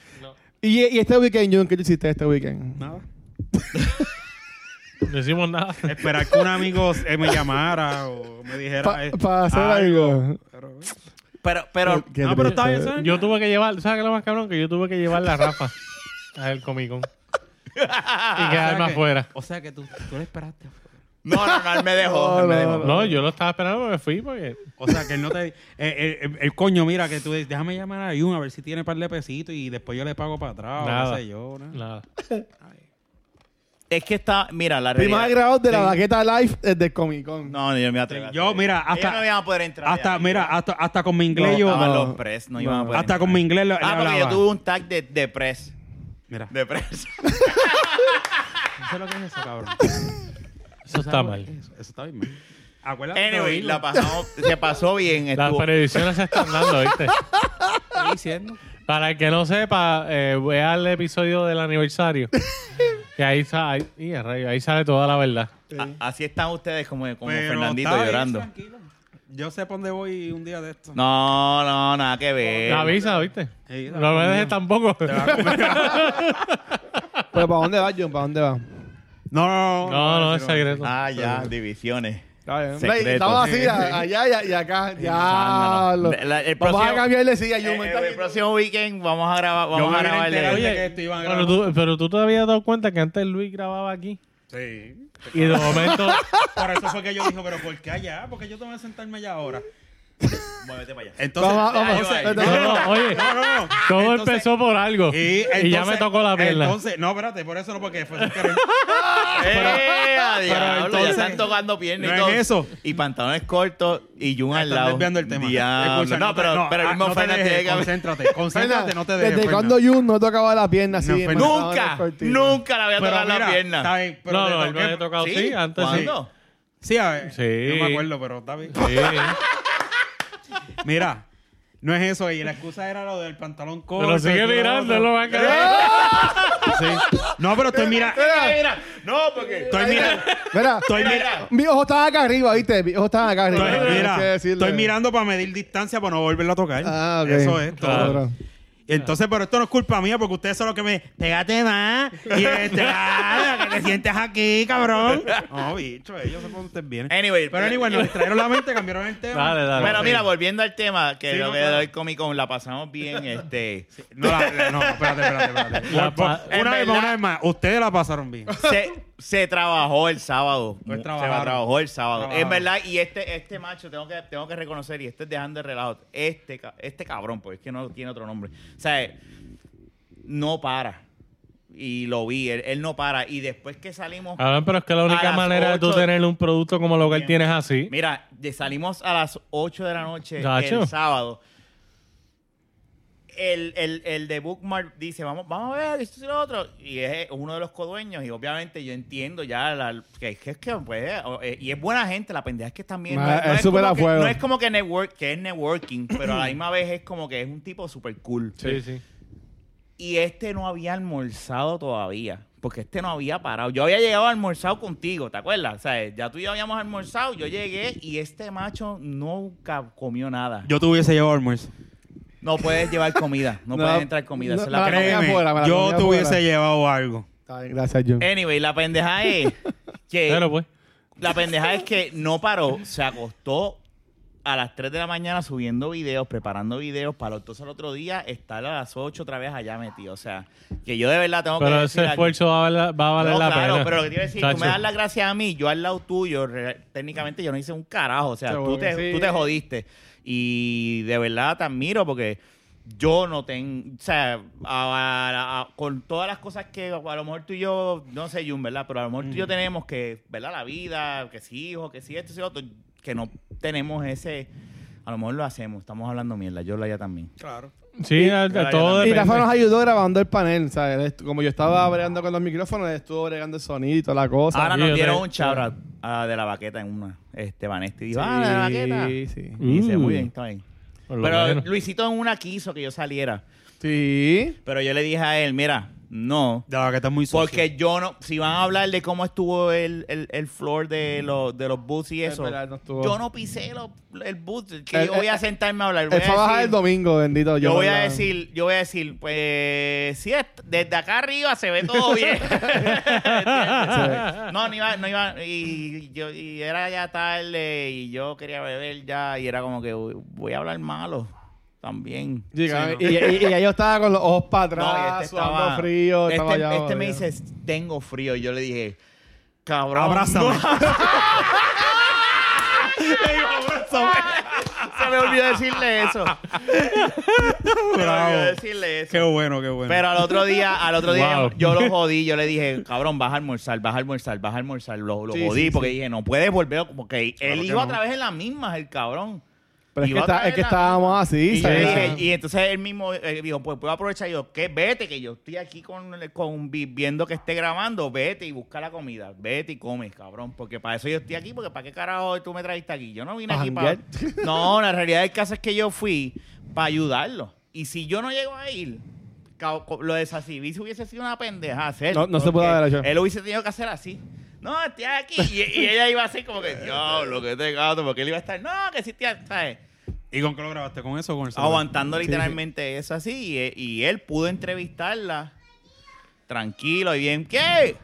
Speaker 4: Y, y este weekend, Jun, ¿qué tú hiciste este weekend?
Speaker 5: Nada.
Speaker 2: No hicimos nada.
Speaker 5: Esperar que un amigo eh, me llamara o me dijera...
Speaker 4: Para
Speaker 5: eh,
Speaker 4: hacer
Speaker 5: ah,
Speaker 4: algo.
Speaker 5: pero-
Speaker 1: Pero, pero,
Speaker 4: Qué
Speaker 5: No,
Speaker 4: triste.
Speaker 5: pero está bien, ¿sabes?
Speaker 2: Yo tuve que llevar, ¿sabes qué es lo más cabrón? Que yo tuve que llevar la Rafa al Comic Con. y
Speaker 5: O sea
Speaker 2: quedarme
Speaker 5: que-
Speaker 2: afuera.
Speaker 5: O sea que tú, tú lo esperaste.
Speaker 1: No, no, no, él me dejó.
Speaker 4: No,
Speaker 1: él me
Speaker 4: no,
Speaker 1: dejó.
Speaker 4: no.
Speaker 2: No, yo lo estaba esperando, pero me fui porque.
Speaker 5: O sea que él no te... eh, eh, el, el coño, mira, que tú dices, déjame llamar a Jun a ver si tiene un par de pesitos y después yo le pago para atrás o
Speaker 2: Nada.
Speaker 5: qué sé yo. nada.
Speaker 2: Nada.
Speaker 1: Es que está, mira, la
Speaker 4: Primer
Speaker 1: realidad.
Speaker 4: grabado de la baqueta live desde Comic Con.
Speaker 1: No, no, yo no me atrevo. a
Speaker 5: Yo,
Speaker 1: hacer eso.
Speaker 5: mira, hasta-
Speaker 1: Ellos no iban a poder entrar. Ah,
Speaker 5: Hasta,
Speaker 1: ahí.
Speaker 5: mira, hasta, hasta con mi inglés yo...
Speaker 1: Estaban
Speaker 4: no.
Speaker 1: los press, no iban a
Speaker 4: No.
Speaker 1: poder
Speaker 5: hasta
Speaker 1: entrar.
Speaker 5: con mi inglés le, le
Speaker 1: Ah, porque yo
Speaker 5: hablaba.
Speaker 1: tuve un tag de, de press.
Speaker 5: Mira,
Speaker 1: De
Speaker 5: <laughs>
Speaker 1: press.
Speaker 5: eso es lo que es eso, cabrón.
Speaker 2: Eso está mal.
Speaker 5: Eso, eso está bien mal. Acuérdate de
Speaker 1: anyway,
Speaker 5: oírlo.
Speaker 1: la pasamos, se pasó bien.
Speaker 2: Las
Speaker 1: Estuvo.
Speaker 2: predicciones se están dando, ¿viste?
Speaker 5: <laughs> estoy diciendo.
Speaker 2: Para el que no sepa, eh, vea el episodio del aniversario. y ahí, sa- ahí, y a rayos, ahí sale toda la verdad.
Speaker 1: A- así están ustedes como, como
Speaker 5: Pero
Speaker 1: Fernandito
Speaker 5: está bien,
Speaker 1: llorando.
Speaker 5: tranquilo. Yo sé por dónde voy un día de esto.
Speaker 1: No, no, nada que ver.
Speaker 2: Te avisa, ¿viste?
Speaker 5: Sí, Eh, la
Speaker 2: no me
Speaker 5: comida.
Speaker 2: dejes tampoco. <laughs>
Speaker 1: <laughs>
Speaker 4: Pero ¿para dónde vas, Jun? ¿Para dónde vas?
Speaker 5: No, no,
Speaker 2: No, no, es secreto.
Speaker 1: Ah, ya, divisiones.
Speaker 4: Está bien.
Speaker 1: Secreto.
Speaker 4: Like, Estamos así, a- allá y a- y acá. Ya.
Speaker 1: Ah, no, no.
Speaker 4: lo-
Speaker 1: De- la- el
Speaker 4: Vamos a
Speaker 1: próximo-
Speaker 4: cambiarle silla,
Speaker 1: Eh,
Speaker 4: Jun.
Speaker 1: eh,
Speaker 4: está
Speaker 1: el
Speaker 4: bien.
Speaker 1: próximo weekend vamos a grabar. Vamos
Speaker 5: me
Speaker 1: a
Speaker 5: vine
Speaker 1: grabar.
Speaker 5: enterado
Speaker 1: el-
Speaker 5: ya que esto iban a
Speaker 2: Pero
Speaker 5: grabar.
Speaker 2: tú, pero tú te habías dado cuenta que antes Luis grababa aquí.
Speaker 5: Sí. <laughs>
Speaker 2: Y de momento.
Speaker 5: Por eso fue que yo dije, pero ¿por qué allá? Porque yo tengo que sentarme allá ahora.
Speaker 1: Muévete para allá.
Speaker 5: Entonces,
Speaker 4: Vamos, vamos.
Speaker 5: entonces-
Speaker 4: Vete,
Speaker 2: No, no, oye.
Speaker 5: no, no, no.
Speaker 2: Todo
Speaker 5: Entonces-
Speaker 2: empezó por algo. Y,
Speaker 5: entonces-
Speaker 2: ya me tocó la pierna.
Speaker 5: Entonces, no, espérate, por eso no, porque fue
Speaker 1: <laughs>
Speaker 5: sin querer.
Speaker 1: ¡Eh, a diablo!
Speaker 5: entonces-
Speaker 1: ya están tocando piernas y
Speaker 5: No
Speaker 1: todo.
Speaker 5: es eso.
Speaker 1: Y pantalones cortos y Jun al
Speaker 5: Están
Speaker 1: lado.
Speaker 5: desviando el tema.
Speaker 1: Diablo.
Speaker 5: Escucha,
Speaker 1: no,
Speaker 5: te-
Speaker 1: pero, pero el
Speaker 5: ah,
Speaker 1: mismo
Speaker 5: no te
Speaker 1: Fernan
Speaker 5: dejes,
Speaker 1: tiene que haber-
Speaker 5: Concéntrate, concéntrate,
Speaker 4: Fernan,
Speaker 5: no te dejes.
Speaker 4: ¿Desde
Speaker 5: Fernan.
Speaker 4: cuando Jun no tocaba la pierna así?
Speaker 5: No,
Speaker 4: en
Speaker 5: Fernan.
Speaker 4: pantalón
Speaker 1: Nunca,
Speaker 4: cortito?
Speaker 1: nunca la voy a
Speaker 5: Pero
Speaker 1: tocar la
Speaker 5: mira, está
Speaker 1: pierna.
Speaker 5: bien, pero
Speaker 2: no,
Speaker 5: te
Speaker 2: no, él me
Speaker 5: toqué-
Speaker 2: había tocado sí,
Speaker 1: ¿Sí?
Speaker 2: antes sí.
Speaker 1: ¿Cuándo?
Speaker 5: Sí, a ver.
Speaker 2: Sí.
Speaker 5: No me acuerdo, pero está bien.
Speaker 2: Sí.
Speaker 5: Mira, No es eso, y la excusa era lo del pantalón corto.
Speaker 2: Pero sigue
Speaker 5: y lo
Speaker 2: mirando,
Speaker 5: otro.
Speaker 2: lo va a caer.
Speaker 5: Sí. No, pero estoy mirando.
Speaker 1: Mira, mira. No, porque.
Speaker 5: Estoy mirando.
Speaker 4: Mira,
Speaker 5: Estoy mirando.
Speaker 4: mi ojo estaba acá arriba, ¿viste? Mi ojo estaba acá arriba.
Speaker 5: Estoy,
Speaker 4: Hay
Speaker 5: mira,
Speaker 4: que decirle.
Speaker 5: estoy mirando para medir distancia para no volverlo a tocar.
Speaker 4: Ah, ok.
Speaker 5: Eso es todo.
Speaker 4: Claro.
Speaker 5: Entonces, pero esto no es culpa mía porque ustedes son los que me... Pégate más. Y este, ah, que te sientes aquí, cabrón. No, bicho, ellos se ponen bien.
Speaker 1: Anyway, eh,
Speaker 5: Pero igual nos distrajeron la mente, cambiaron el tema. pues,
Speaker 2: Dale, dale.
Speaker 1: Pero
Speaker 2: Sí.
Speaker 1: mira, volviendo al tema, que
Speaker 5: Sí,
Speaker 1: lo
Speaker 5: no,
Speaker 1: que
Speaker 5: claro.
Speaker 1: el Comic Con la pasamos
Speaker 5: <laughs>
Speaker 1: bien, este.
Speaker 5: No, la- la- no, espérate, espérate, espérate.
Speaker 2: La
Speaker 5: Por- por-
Speaker 2: pa-
Speaker 1: en
Speaker 5: una vez más,
Speaker 1: verdad-
Speaker 5: una vez más. Ustedes la pasaron bien.
Speaker 1: se, se trabajó el sábado.
Speaker 5: Pues
Speaker 1: se
Speaker 5: trabajaron.
Speaker 1: trabajó el sábado.
Speaker 5: Trabajaron.
Speaker 1: Es verdad, y este, este macho, tengo que, tengo que reconocer, y este es dejando de relajo. Este, ca- este cabrón, pues es que no tiene otro nombre. O sea, eh, no para. Y lo vi, él, él no para. Y después que salimos.
Speaker 2: Cabrón, pero es que la
Speaker 1: A
Speaker 2: única
Speaker 1: las
Speaker 2: manera de tú
Speaker 1: ocho-
Speaker 2: tener un producto como lo que él tienes así.
Speaker 1: Mira, de- salimos a las 8 de la noche
Speaker 2: Gacho.
Speaker 1: el sábado. El, el, el de Bookmark dice, vamos, vamos a ver esto y lo otro. Y es eh, uno de los codueños. Y obviamente yo entiendo ya la- que, que, que, pues, o- eh, y es buena gente, la pendeja es que también...
Speaker 4: Ma, Ah, es súper
Speaker 1: como
Speaker 4: a
Speaker 1: que-
Speaker 4: fuego.
Speaker 1: no es como que, network, que es networking, pero a la misma vez es como que es un tipo súper cool.
Speaker 2: Sí, sí.
Speaker 1: Y este no había almorzado todavía. Porque este no había parado. Yo había llegado almorzado contigo, ¿te acuerdas? O sea, ya tú y yo habíamos almorzado, yo llegué y este macho nunca comió nada.
Speaker 5: Yo te hubiese llevado almuerzo.
Speaker 1: No puedes llevar comida, no,
Speaker 4: No,
Speaker 1: puedes entrar comida. esa es la
Speaker 4: no,
Speaker 1: pendeja.
Speaker 5: Créeme,
Speaker 4: afuera, me la comí
Speaker 5: yo te hubiese
Speaker 4: afuera.
Speaker 5: llevado algo.
Speaker 4: Está bien, Gracias, Jun.
Speaker 1: Anyway, la pendeja es que
Speaker 2: Pero pues.
Speaker 1: la pendeja es que no paró, se acostó a las 3 de la mañana subiendo videos, preparando videos para entonces el otro día estar a las 8 otra vez allá metido. O sea, que yo de verdad tengo que
Speaker 2: Pero
Speaker 1: decir
Speaker 2: ese
Speaker 1: aquí-
Speaker 2: esfuerzo va a valer, va a valer
Speaker 1: No,
Speaker 2: la
Speaker 1: claro,
Speaker 2: pena.
Speaker 1: pero lo que te iba a decir, tú
Speaker 2: Chacho.
Speaker 1: me das las gracias a mí, yo al lado tuyo, re- técnicamente yo no hice un carajo, o sea,
Speaker 4: Seguro
Speaker 1: tú te,
Speaker 4: que sí.
Speaker 1: tú te jodiste. Y de verdad te admiro porque yo no tengo, o sea, a- a- a- con todas las cosas que a lo mejor tú y yo, no sé, Jun, ¿verdad? Pero a lo mejor tú y yo tenemos que, ¿verdad? La vida, que sí, hijo, que sí, esto, sí, otro, que no tenemos ese, a lo mejor lo hacemos, estamos hablando mierda, yo la ya también.
Speaker 5: Claro.
Speaker 2: Sí, a- a
Speaker 1: Pero
Speaker 2: todo
Speaker 4: Y Rafa
Speaker 2: depende.
Speaker 4: nos ayudó grabando el panel, ¿sabes? Él estu- Como yo estaba bregando con los micrófonos, él estuvo bregando el sonido y toda la cosa.
Speaker 1: Ahora
Speaker 2: sí,
Speaker 1: nos
Speaker 2: yo
Speaker 1: dieron
Speaker 2: te-
Speaker 1: un chabra ah, de la baqueta en una, este, Vanesti dijo,
Speaker 4: Sí,
Speaker 1: ah, de la baqueta.
Speaker 4: sí.
Speaker 1: Y dice,
Speaker 2: Mm.
Speaker 1: muy bien, está bien.
Speaker 2: Por lo
Speaker 1: Pero
Speaker 2: menos.
Speaker 1: Luisito en una quiso que yo saliera.
Speaker 4: Sí.
Speaker 1: Pero yo le dije a él, mira, no.
Speaker 5: De la que estás muy sucio.
Speaker 1: Porque yo no, si van a hablar de cómo estuvo el, el, el floor de los, de los booths y eso,
Speaker 4: Mm. Es verdad, no estuvo.
Speaker 1: yo no pisé los- el booth, que
Speaker 4: El-
Speaker 1: yo voy a
Speaker 4: el-
Speaker 1: sentarme a hablar. Voy
Speaker 4: Él
Speaker 1: a
Speaker 4: fue a bajar
Speaker 1: decir-
Speaker 4: el domingo, bendito.
Speaker 1: yo voy a
Speaker 4: la-
Speaker 1: decir, yo voy a decir, pues sí, est- desde acá arriba se ve todo bien.
Speaker 4: <laughs>
Speaker 1: ¿Entiendes? no, no iba, no iba, y, yo, y era ya tarde y yo quería beber ya y era como que uy, voy a hablar malo también.
Speaker 4: Llegaba- y, y, y- y yo estaba con los ojos para atrás,
Speaker 1: No, y
Speaker 4: sudando frío.
Speaker 1: este,
Speaker 4: estaba ya,
Speaker 1: este me
Speaker 4: jodido.
Speaker 1: dice, tengo frío. Y yo le dije, cabrón. <laughs>
Speaker 5: Abrázame.
Speaker 1: Le digo, "Abrázame". <laughs> Se me olvidó decirle eso. Se me olvidó
Speaker 5: <laughs> Bravo.
Speaker 1: decirle eso.
Speaker 5: Qué bueno, qué bueno.
Speaker 1: Pero al otro día, al otro día
Speaker 2: Wow.
Speaker 1: yo, yo lo jodí, yo le dije, cabrón, vas a almorzar, vas a almorzar, vas a almorzar. Lo, lo
Speaker 4: Sí,
Speaker 1: jodí
Speaker 4: sí,
Speaker 1: porque dije, no puedes volver, porque él
Speaker 5: que
Speaker 1: iba
Speaker 5: no.
Speaker 1: otra vez en las mismas, el cabrón.
Speaker 4: Pero es
Speaker 1: Y
Speaker 4: que,
Speaker 1: va
Speaker 4: está-
Speaker 1: otra
Speaker 4: es que
Speaker 1: vez la-
Speaker 4: estábamos
Speaker 1: Y,
Speaker 4: así,
Speaker 1: yo le
Speaker 4: ¿sabes?
Speaker 1: dije- y entonces él mismo eh, dijo, pues puedo aprovechar Y yo, que vete, que yo estoy aquí con, con vi- viendo que esté grabando, vete y busca la comida, vete y come, cabrón, porque para eso yo estoy aquí, porque para qué carajo tú me trajiste aquí. Yo no vine
Speaker 4: ¿Pa
Speaker 1: aquí para... <laughs>
Speaker 4: janguear?
Speaker 1: No, la realidad del caso es que yo fui para ayudarlo. Y si yo no llego a ir, ca- co- lo de Sassivis hubiese sido una pendeja hacer.
Speaker 4: No, no se
Speaker 1: porque
Speaker 4: pudo haber hecho.
Speaker 1: Él hubiese tenido que hacer así. No, estoy aquí. Y, y ella iba así como que, diablo, que te gato, porque él iba a estar, no, que sí, tía", ¿sabes?
Speaker 5: ¿Y con qué lo grabaste? ¿Con eso o con el celular?
Speaker 1: aguantando literalmente eso así y, y él pudo entrevistarla tranquilo y bien ¿qué?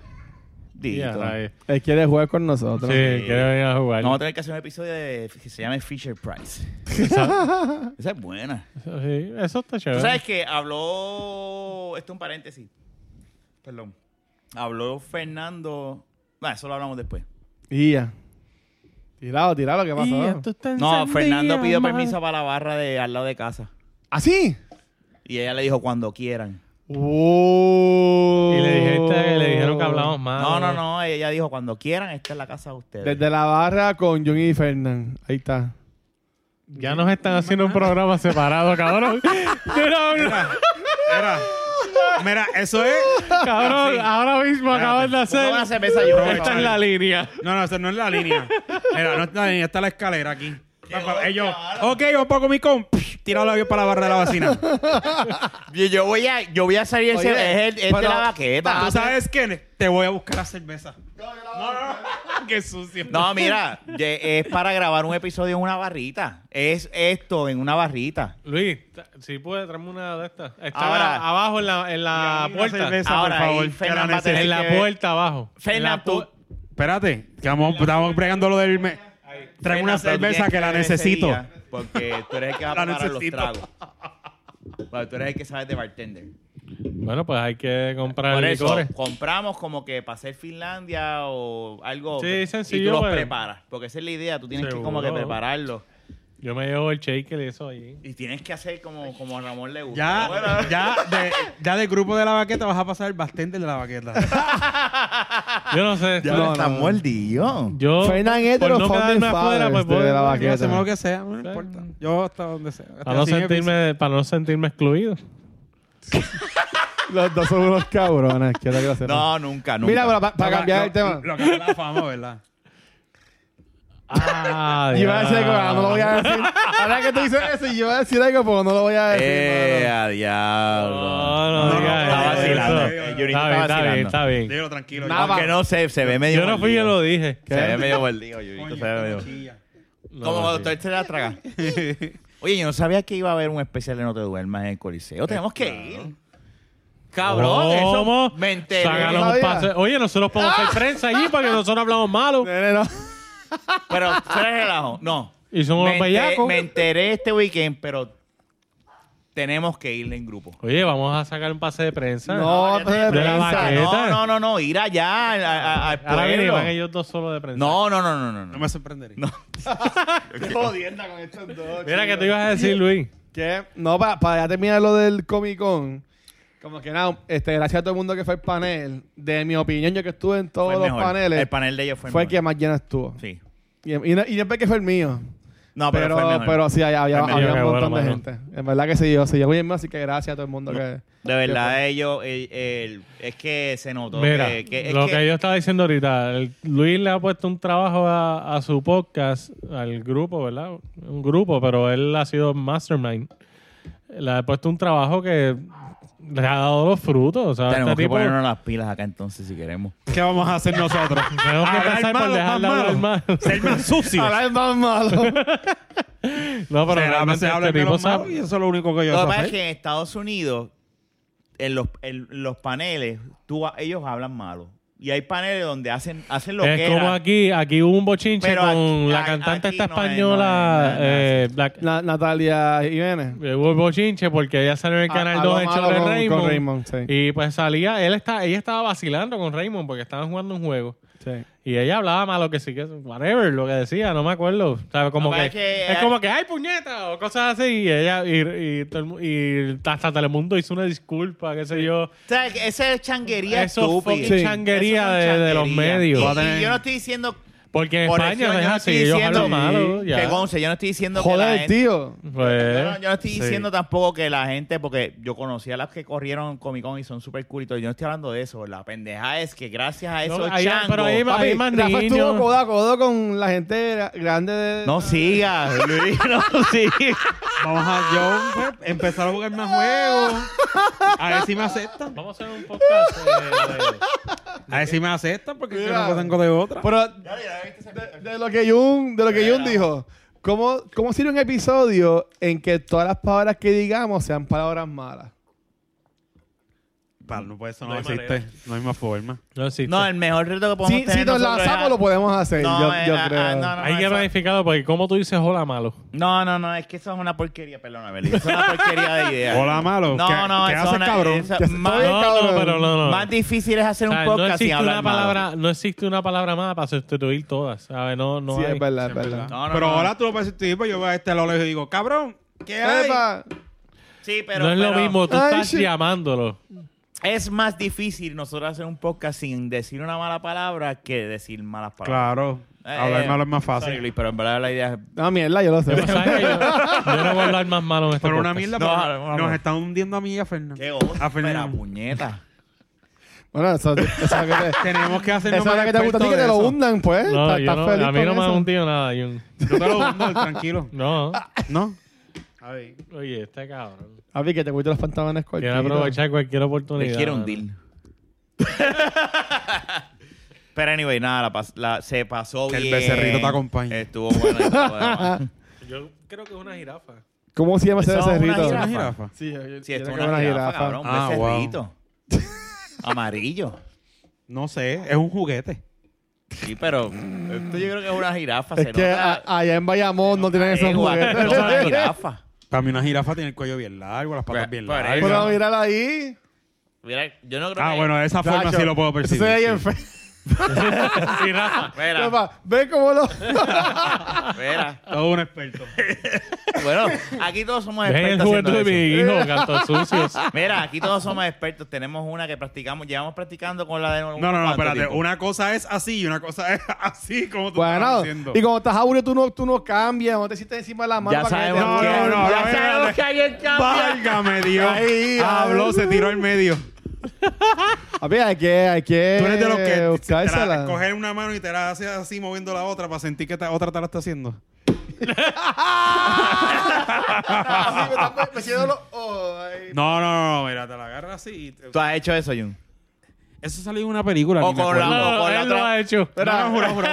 Speaker 2: Sí, a
Speaker 1: Dito.
Speaker 2: rayos.
Speaker 4: Él quiere jugar con
Speaker 2: Sí,
Speaker 4: nosotros.
Speaker 2: quiero venir a jugar.
Speaker 1: Vamos a tener que hacer un episodio de, que se llama Fisher Price. Esa es buena.
Speaker 2: Eso, sí, eso está
Speaker 1: Tú
Speaker 2: chévere.
Speaker 1: sabes que habló, esto es un paréntesis, perdón, habló Fernando, bueno, eso lo hablamos después.
Speaker 4: Y ya. Tirado, tirado, ¿qué pasó?
Speaker 1: No, Fernando pidió permiso para la barra de al lado de casa
Speaker 4: ¿Así?
Speaker 1: y ella le dijo cuando quieran.
Speaker 2: Y le, dijiste, le dijeron que hablamos más.
Speaker 1: No, no, no, ella dijo cuando quieran, esta es la casa de ustedes.
Speaker 4: Desde la barra con Jun y Fernán. Ahí está.
Speaker 2: Ya nos están haciendo un programa separado,
Speaker 1: <laughs>
Speaker 2: cabrón. Mira, habla-
Speaker 5: Mira, mira, mira, eso es...
Speaker 2: cabrón,
Speaker 5: Sí.
Speaker 2: ahora mismo acaban de
Speaker 1: Busca una
Speaker 2: hacer.
Speaker 1: cerveza y una
Speaker 5: Aprovecha.
Speaker 2: Esta es la línea.
Speaker 5: No, no, esa no es la línea. Mira, no está la línea, está la escalera aquí. Pa, pa, Ellos,
Speaker 1: bárbaro.
Speaker 5: ok, vamos para Comic Con. tíralo avión para la barra de la <laughs> vacina.
Speaker 1: Yo, yo voy a, yo voy a salir ese.
Speaker 4: Oye,
Speaker 1: es el, es de este
Speaker 4: pero-
Speaker 1: la baqueta.
Speaker 5: ¿Tú sabes quién? Te voy a buscar la cerveza. No, no, no. <laughs> Qué sucio.
Speaker 1: No, mira, ye- es para grabar un episodio en una barrita. Es esto en una barrita.
Speaker 2: Luis, ta- si puede, tráeme una de estas. Está
Speaker 1: Ahora.
Speaker 2: abajo en la, en la
Speaker 5: Y una
Speaker 2: puerta.
Speaker 5: cerveza. Esa,
Speaker 1: Ahora,
Speaker 5: por
Speaker 1: ahí
Speaker 5: favor,
Speaker 1: Fernan
Speaker 5: que la
Speaker 1: va a tener
Speaker 2: En la
Speaker 1: que ver-
Speaker 2: puerta abajo. En la
Speaker 1: Fernan, tú.
Speaker 2: pu-
Speaker 5: Espérate, que vamos, estamos bregando lo del... me- Trae
Speaker 1: Fernan,
Speaker 5: una
Speaker 1: pero
Speaker 5: cerveza
Speaker 1: tienes
Speaker 5: que la
Speaker 1: ver ese
Speaker 5: necesito.
Speaker 1: día, Porque tú eres el que va a
Speaker 5: <laughs> La
Speaker 1: preparar los
Speaker 5: necesito.
Speaker 1: tragos. Bueno, tú eres el que sabes de bartender.
Speaker 2: Bueno, pues hay que comprar
Speaker 1: Por eso
Speaker 2: licores.
Speaker 1: compramos como que para hacer Finlandia o algo.
Speaker 2: Sí,
Speaker 1: Y
Speaker 2: sencillo,
Speaker 1: tú los
Speaker 5: pues.
Speaker 2: pero-
Speaker 1: preparas. Porque esa es la idea. Tú tienes que como que
Speaker 2: Seguro.
Speaker 1: prepararlo.
Speaker 2: Yo me llevo el shaker y eso ahí.
Speaker 1: Y tienes que hacer como, como a Ramón le gusta. Bueno,
Speaker 5: Ya,
Speaker 1: <laughs>
Speaker 5: ya, de- ya del grupo de la baqueta vas a pasar el bastante de la baqueta. <laughs>
Speaker 2: Yo no
Speaker 4: <laughs>
Speaker 2: sé.
Speaker 4: No, no, no.
Speaker 1: mordido.
Speaker 2: Yo,
Speaker 4: <laughs> Fernan
Speaker 2: por
Speaker 4: Hetero,
Speaker 2: no
Speaker 4: founding
Speaker 2: quedarme afuera,
Speaker 4: fathers
Speaker 2: pues puedo
Speaker 4: este de la
Speaker 2: irme.
Speaker 4: vaqueta.
Speaker 5: Hacemos lo que sea, no
Speaker 2: Sí.
Speaker 5: importa. Yo hasta donde sea. Hasta
Speaker 2: Para no,
Speaker 5: así me
Speaker 2: sentirme, para no sentirme excluido.
Speaker 4: Los dos son unos cabrones. Quiero que lo sepan.
Speaker 1: No, nunca, nunca.
Speaker 4: Mira, pero pa- para,
Speaker 5: piso.
Speaker 4: cambiar
Speaker 5: Lo-
Speaker 4: el tema.
Speaker 5: Lo que es la fama, ¿verdad?
Speaker 2: <laughs> Ah,
Speaker 4: Yo iba a decir
Speaker 2: diablo.
Speaker 4: algo, pero no lo voy a decir.
Speaker 1: <laughs>
Speaker 4: Ahora que tú dices eso, yo iba a decir algo, pero no lo voy a decir.
Speaker 1: Eh, a diablo.
Speaker 2: No, no,
Speaker 5: No, no,
Speaker 2: digas
Speaker 5: está
Speaker 2: eso.
Speaker 5: vacilando.
Speaker 2: Está bien,
Speaker 5: El
Speaker 1: Yurito está
Speaker 2: está bien,
Speaker 1: vacilando.
Speaker 2: está bien.
Speaker 5: Dígalo tranquilo.
Speaker 4: Nada,
Speaker 1: Aunque no sé, se ve medio
Speaker 2: Yo no fui que
Speaker 1: mordido.
Speaker 2: lo dije.
Speaker 1: Se ve medio mordido, Yurito,
Speaker 5: Coño,
Speaker 1: se ve medio...
Speaker 5: chilla.
Speaker 2: No,
Speaker 1: Como
Speaker 2: no,
Speaker 1: cuando
Speaker 2: sí.
Speaker 1: usted se la traga. <laughs> Oye, yo no sabía que iba a haber un especial de No Te Duermas en el Coliseo. Tenemos que ir. Cabrón,
Speaker 2: ¿Cómo?
Speaker 1: eso me enteré.
Speaker 2: Sácanos un
Speaker 4: ¿Sabía?
Speaker 2: paseo. Oye, nosotros podemos
Speaker 1: <laughs>
Speaker 2: hacer prensa allí para que nosotros hablamos malo.
Speaker 4: Nene, no.
Speaker 1: Pero fuera de relajo, no.
Speaker 2: Y somos
Speaker 1: me
Speaker 2: los
Speaker 1: enteré-
Speaker 2: bellacos.
Speaker 1: Me enteré este weekend, pero tenemos que ir en grupo.
Speaker 2: Oye, vamos a sacar un pase de prensa.
Speaker 4: No,
Speaker 1: ya
Speaker 4: pues,
Speaker 1: te-
Speaker 2: de la
Speaker 4: prensa.
Speaker 1: No,
Speaker 2: vaqueta.
Speaker 1: no, no, no, ir allá al, a- a- al
Speaker 2: Ahora vienen y
Speaker 1: pueblo.
Speaker 2: van ellos dos solos de prensa.
Speaker 1: No, no, no, no, no.
Speaker 5: No
Speaker 1: no.
Speaker 5: me sorprendería.
Speaker 1: No.
Speaker 4: Qué jodienda con estos dos.
Speaker 2: Mira que
Speaker 4: chicos.
Speaker 2: tú ibas a decir, Luis.
Speaker 4: ¿Qué? No, para, ya terminar lo del Comic Con. Como que nada, este, gracias a todo el mundo que fue al panel. De mi opinión, yo que estuve en
Speaker 1: Fue
Speaker 4: todos
Speaker 1: el
Speaker 4: los
Speaker 1: mejor.
Speaker 4: paneles,
Speaker 1: El panel de ellos fue el
Speaker 4: fue el que
Speaker 1: mejor.
Speaker 4: más lleno estuvo.
Speaker 1: Sí.
Speaker 4: Y, y, no- y yo pensé que fue el mío.
Speaker 1: No, pero,
Speaker 4: pero,
Speaker 1: fue el
Speaker 4: pero,
Speaker 1: mejor.
Speaker 4: sí, había, había-
Speaker 1: Fue el
Speaker 2: mejor.
Speaker 4: había un
Speaker 2: Qué
Speaker 4: montón
Speaker 2: bueno,
Speaker 4: de gente. En verdad que sí, yo sí, yo voy a irme, así que gracias a todo el mundo que.
Speaker 1: De verdad, ellos, el- el- es que se notó.
Speaker 2: Mira,
Speaker 1: que, que- es
Speaker 2: lo
Speaker 1: que-
Speaker 2: que, yo estaba diciendo ahorita, el- Luis le ha puesto un trabajo a, a su podcast, al grupo, ¿verdad? Un grupo, pero él ha sido mastermind. Le ha puesto un trabajo que le ha dado los frutos. O sea,
Speaker 1: tenemos
Speaker 2: este
Speaker 1: que
Speaker 2: tipo-
Speaker 1: ponernos las pilas acá entonces si queremos.
Speaker 5: ¿Qué vamos a hacer nosotros?
Speaker 2: Tenemos que
Speaker 5: Hablar
Speaker 2: empezar por
Speaker 5: malo,
Speaker 2: dejar de
Speaker 5: más
Speaker 2: hablar
Speaker 5: malo.
Speaker 2: mal. <laughs>
Speaker 5: <laughs> Ser más sucio.
Speaker 4: Ahora es más malo.
Speaker 1: <laughs>
Speaker 2: No, pero
Speaker 5: Se habla-
Speaker 2: realmente
Speaker 5: se habla
Speaker 2: este
Speaker 5: de
Speaker 2: tipo
Speaker 5: los
Speaker 2: sabe-
Speaker 5: malos y eso es lo único que yo
Speaker 1: Lo que
Speaker 5: sé
Speaker 1: pasa es
Speaker 5: hacer.
Speaker 1: que en Estados Unidos, en los, en los paneles, tú, ellos hablan malo. Y hay paneles donde hacen, hacen lo
Speaker 2: es
Speaker 1: que
Speaker 2: como aquí, aquí hubo un bochinche
Speaker 1: Pero
Speaker 2: con
Speaker 1: aquí-
Speaker 2: la
Speaker 1: a-
Speaker 2: cantante
Speaker 1: aquí
Speaker 2: esta
Speaker 1: no es, no es,
Speaker 2: española,
Speaker 1: no es, no es.
Speaker 2: eh, Black-
Speaker 4: Na- Natalia Jiménez.
Speaker 2: Hubo el bochinche porque ella salió en el
Speaker 4: A-
Speaker 2: canal
Speaker 4: algo
Speaker 2: 2 de
Speaker 4: malo
Speaker 2: Chore
Speaker 4: con-
Speaker 2: Raymond.
Speaker 4: con Raymond, sí.
Speaker 2: Y pues salía, él está, ella estaba vacilando con Raymond porque estaban jugando un juego.
Speaker 4: Sí.
Speaker 2: Y ella hablaba malo que sí que whatever, lo que decía, no me acuerdo. O sea, como
Speaker 1: Lo que
Speaker 2: que,
Speaker 1: pasa es que-
Speaker 2: es como que ay puñeta o cosas así. Y ella, y, y todo el mu- y hasta Telemundo hizo una disculpa, qué sé yo.
Speaker 1: O sea, que esa es changuería
Speaker 2: Eso
Speaker 1: estúpida.
Speaker 2: fucking
Speaker 1: Eso es
Speaker 2: changuería de- de los
Speaker 1: changuería.
Speaker 2: medios.
Speaker 1: Y-
Speaker 2: Va a
Speaker 1: Y,
Speaker 2: tener-
Speaker 1: yo no estoy diciendo...
Speaker 2: Porque en
Speaker 1: corrección,
Speaker 2: España no
Speaker 1: yo
Speaker 2: es
Speaker 1: no
Speaker 2: así,
Speaker 1: estoy
Speaker 2: ellos
Speaker 1: diciendo
Speaker 2: hablan malo. ya.
Speaker 1: que conste, yo no estoy diciendo que la
Speaker 4: Joder,
Speaker 1: gente-
Speaker 2: <laughs>
Speaker 4: tío.
Speaker 1: <laughs>
Speaker 2: Pues,
Speaker 1: Yo no, yo no estoy
Speaker 2: sí.
Speaker 1: diciendo tampoco que la gente, porque yo conocí a las que corrieron Comic Con y son súper cool y todo. Yo no estoy hablando de eso. La pendeja es que gracias a eso,
Speaker 2: No, ahí-
Speaker 1: chango,
Speaker 2: pero ahí-
Speaker 4: Papi,
Speaker 2: más
Speaker 4: Rafa
Speaker 2: niños.
Speaker 4: estuvo codo a codo con la gente gra- grande de...
Speaker 1: No sigas, Luis, no
Speaker 2: <laughs>
Speaker 1: sigas.
Speaker 5: Vamos a yo pues, empezar a jugar más juegos. A ver si me aceptan.
Speaker 2: Vamos a hacer un
Speaker 1: <laughs>
Speaker 2: podcast. eh, de-
Speaker 5: A ver si me aceptan porque yo
Speaker 4: Mira.
Speaker 5: no tengo de otra.
Speaker 4: Pero de, de lo que Jun, de lo que Jun dijo, ¿cómo, ¿cómo sirve un episodio en que todas las palabras que digamos sean palabras malas?
Speaker 5: Pal, no puede eso no,
Speaker 2: No hay
Speaker 5: existe.
Speaker 2: manera.
Speaker 5: No hay más forma.
Speaker 2: No existe.
Speaker 1: No, el mejor reto que podemos
Speaker 4: Si,
Speaker 1: tener
Speaker 4: si nos
Speaker 1: nosotros es-
Speaker 4: lanzamos lo podemos hacer,
Speaker 1: No,
Speaker 4: yo,
Speaker 1: eh,
Speaker 4: yo
Speaker 1: ah,
Speaker 4: creo.
Speaker 1: ah, no, no,
Speaker 2: Hay
Speaker 1: no,
Speaker 2: que
Speaker 1: eso-
Speaker 2: planificarlo porque como tú dices hola malo.
Speaker 1: No, no, no, es que eso es una porquería, perdona, Beli. Es
Speaker 2: <laughs>
Speaker 1: una porquería de idea.
Speaker 5: Hola, malo.
Speaker 1: No,
Speaker 5: ¿Qué,
Speaker 1: no,
Speaker 5: ¿qué
Speaker 1: eso
Speaker 5: haces,
Speaker 1: no-
Speaker 5: cabrón?
Speaker 1: eso-
Speaker 4: ¿Qué haces,
Speaker 1: más,
Speaker 4: cabrón?
Speaker 2: No, no,
Speaker 4: cabrón.
Speaker 2: pero no, no.
Speaker 1: más difícil es hacer
Speaker 2: O sea,
Speaker 1: un
Speaker 2: no
Speaker 1: podcast
Speaker 2: existe
Speaker 1: sin hablar
Speaker 2: una
Speaker 1: malo.
Speaker 2: palabra, no existe una palabra más para sustituir todas, ¿sabes? No, no
Speaker 4: sí,
Speaker 2: hay.
Speaker 4: es verdad, es verdad.
Speaker 1: No, no,
Speaker 5: pero
Speaker 1: no.
Speaker 5: ahora tú lo puedes decir, pues yo voy a este lado y digo, cabrón, ¿qué hay?
Speaker 4: Epa,
Speaker 1: Sí, pero,
Speaker 2: no es lo
Speaker 1: pero
Speaker 2: mismo, tú
Speaker 4: Ay,
Speaker 2: estás
Speaker 1: <laughs>
Speaker 4: sí.
Speaker 2: llamándolo.
Speaker 1: Es más difícil nosotros hacer un podcast sin decir una mala palabra que decir malas palabras.
Speaker 5: Claro.
Speaker 1: Eh,
Speaker 5: hablar
Speaker 1: eh,
Speaker 5: malo es más
Speaker 1: Sorry,
Speaker 5: fácil.
Speaker 1: Luis, pero en verdad la idea es
Speaker 4: no, mierda, yo lo sé.
Speaker 2: Pero, ¿sabes qué? yo, yo no voy a hablar más malo en este
Speaker 5: Pero una
Speaker 2: podcast.
Speaker 5: mierda,
Speaker 1: No,
Speaker 5: pero
Speaker 1: no, no, no.
Speaker 5: nos están hundiendo a mí y a Fernando.
Speaker 1: Qué oso,
Speaker 5: A Fernando.
Speaker 1: espera, puñeta.
Speaker 4: bueno, eso, eso es lo
Speaker 1: <laughs>
Speaker 4: que te,
Speaker 1: Este
Speaker 5: Tenemos que hacernos
Speaker 4: eso es lo
Speaker 5: más
Speaker 4: que te gusta a ti, que
Speaker 5: expertos
Speaker 4: te lo
Speaker 5: de eso.
Speaker 4: hundan, pues.
Speaker 2: No,
Speaker 4: Estás-
Speaker 2: yo
Speaker 4: estás
Speaker 2: no-
Speaker 4: feliz
Speaker 2: a mí
Speaker 4: con
Speaker 2: no me ha
Speaker 4: eso.
Speaker 2: hundido nada, Jun.
Speaker 1: Ah.
Speaker 5: Yo te lo hundo, tranquilo.
Speaker 2: No.
Speaker 5: ¿No? Javi.
Speaker 2: Oye, este cabrón.
Speaker 4: Javi, que te cuento los pantalones
Speaker 2: Quiere
Speaker 4: cortitos.
Speaker 2: aprovechar cualquier oportunidad.
Speaker 1: Les quiero
Speaker 2: mano. <laughs>
Speaker 1: hundir. <laughs> Pero anyway, nada, la pas- la- se pasó
Speaker 5: Que el
Speaker 1: bien.
Speaker 5: becerrito te acompañe.
Speaker 1: Estuvo bueno. estuvo
Speaker 5: <laughs>
Speaker 1: bueno.
Speaker 2: Yo creo que es una jirafa.
Speaker 4: ¿Cómo se llama ese
Speaker 1: Eso es una
Speaker 4: becerrito?
Speaker 1: jirafa.
Speaker 4: Sí, yo- yo-
Speaker 1: Sí, esto
Speaker 4: yo
Speaker 1: es
Speaker 4: creo que
Speaker 1: una
Speaker 4: es
Speaker 1: jirafa, cabrón. Un
Speaker 5: Ah, wow.
Speaker 1: becerrito.
Speaker 5: <laughs>
Speaker 1: Amarillo.
Speaker 5: No sé, es un juguete.
Speaker 1: Sí, pero esto yo creo que es una jirafa.
Speaker 4: Es
Speaker 1: se
Speaker 4: que
Speaker 1: nota.
Speaker 5: ah,
Speaker 4: a- allá en Bayamón no tienen esos
Speaker 1: Igual,
Speaker 4: juguetes.
Speaker 1: pero
Speaker 4: <laughs>
Speaker 1: una jirafa.
Speaker 5: Para mí una jirafa tiene el cuello bien largo, las patas
Speaker 1: Pues,
Speaker 5: bien
Speaker 1: por
Speaker 5: largas.
Speaker 1: eso.
Speaker 4: Pero mírala ahí.
Speaker 1: Mira, yo no creo
Speaker 5: Ah,
Speaker 1: que-
Speaker 5: bueno, de esa forma
Speaker 4: Tacho,
Speaker 5: sí lo puedo
Speaker 4: eso se
Speaker 5: percibir.
Speaker 4: ve
Speaker 5: sí.
Speaker 4: bien feo.
Speaker 2: Jirafa.
Speaker 1: Mira,
Speaker 4: Papá, Ve cómo
Speaker 5: <laughs>
Speaker 4: lo.
Speaker 1: mira.
Speaker 5: Todo un experto.
Speaker 1: <laughs> Bueno, aquí todos somos
Speaker 2: Ven el
Speaker 1: expertos
Speaker 2: juguete
Speaker 1: haciendo
Speaker 2: de
Speaker 1: eso.
Speaker 2: mi hijo, cantos sucios.
Speaker 1: Mira, aquí todos somos expertos. Tenemos una que practicamos, llevamos practicando con la de...
Speaker 5: No, no, no, espérate. Una cosa es así y una cosa es <laughs> así, como tú estás
Speaker 4: Bueno,
Speaker 5: diciendo.
Speaker 4: y como estás aburrido, tú no, tú no cambias, no te sientes encima de la mano.
Speaker 1: Ya
Speaker 4: para que
Speaker 1: sabemos
Speaker 4: te-
Speaker 1: que-
Speaker 5: No, no, no,
Speaker 1: ya
Speaker 5: no,
Speaker 1: sabemos
Speaker 5: no.
Speaker 1: que alguien cambia.
Speaker 5: Válgame Dios.
Speaker 4: Ahí,
Speaker 5: Habló,
Speaker 4: ahí.
Speaker 5: se tiró al medio.
Speaker 4: A ver, hay que, hay que
Speaker 5: Tú eres de los que te- te
Speaker 4: Eh, buscársela.
Speaker 5: la- coger una mano y te la haces así moviendo la otra para sentir que ta- otra te la está haciendo.
Speaker 4: Así, Ah, me está- me siento los ojos, ay.
Speaker 5: No, no, no, mira, te la agarras así. y te-
Speaker 1: ¿Tú has hecho eso, Jun?
Speaker 5: Eso salió en una película.
Speaker 1: O
Speaker 5: ni me
Speaker 1: con la-
Speaker 5: acuerdo.
Speaker 1: o
Speaker 2: No,
Speaker 1: con la
Speaker 2: él lo
Speaker 1: otra-
Speaker 2: ha hecho.
Speaker 5: No, no, juro, juro.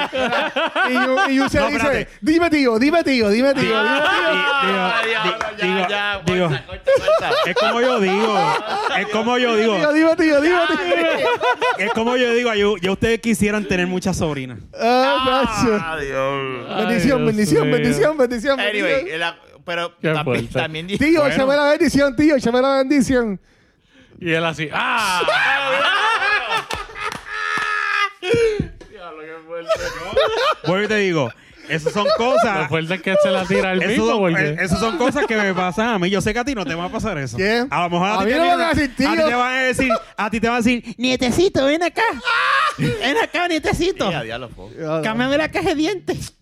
Speaker 4: Y yo-
Speaker 5: <laughs>
Speaker 4: Y yo se
Speaker 5: No,
Speaker 4: dice,
Speaker 5: espérate.
Speaker 4: dime tío, dime tío, dime tío. dime tío".
Speaker 1: Ah,
Speaker 5: digo,
Speaker 1: diablo, ya,
Speaker 5: digo,
Speaker 1: ya,
Speaker 5: digo.
Speaker 1: corta, corta, corta.
Speaker 5: Es como yo digo. Es como yo digo.
Speaker 4: Tío, dime tío, dime tío.
Speaker 5: Es como yo digo. yo- Ya ustedes quisieran tener muchas sobrinas.
Speaker 4: <laughs> Ah, macho.
Speaker 1: Ah, Dios.
Speaker 4: Bendición,
Speaker 2: Dios
Speaker 4: bendición,
Speaker 2: mío.
Speaker 4: bendición, bendición. bendición.
Speaker 1: Anyway, la- pero
Speaker 2: Qué
Speaker 1: también,
Speaker 2: fuerte.
Speaker 1: también di-
Speaker 4: Tío, échame la bendición, tío, échame la bendición.
Speaker 2: Y él así. ¡Ah!
Speaker 5: Vuelvo y te digo. Esas son
Speaker 2: Lo
Speaker 5: cosas.
Speaker 2: fuerte es que se la tira el
Speaker 5: Eso
Speaker 2: mismo,
Speaker 5: son,
Speaker 2: porque.
Speaker 5: eh, eso son cosas que me pasan a mí. Yo sé que a ti no te va a pasar eso.
Speaker 4: ¿Qué?
Speaker 5: A lo mejor a,
Speaker 4: A
Speaker 5: ti
Speaker 4: mí
Speaker 5: te
Speaker 4: no me
Speaker 5: vienen
Speaker 4: van a
Speaker 5: a-
Speaker 4: decir,
Speaker 5: a ti
Speaker 4: tío.
Speaker 5: te van a decir, a ti te van a decir, nietecito, ven acá. Ven acá,
Speaker 1: <laughs>
Speaker 5: nietecito.
Speaker 1: Ya, diablo, po.
Speaker 5: Cámbiame la caja de dientes.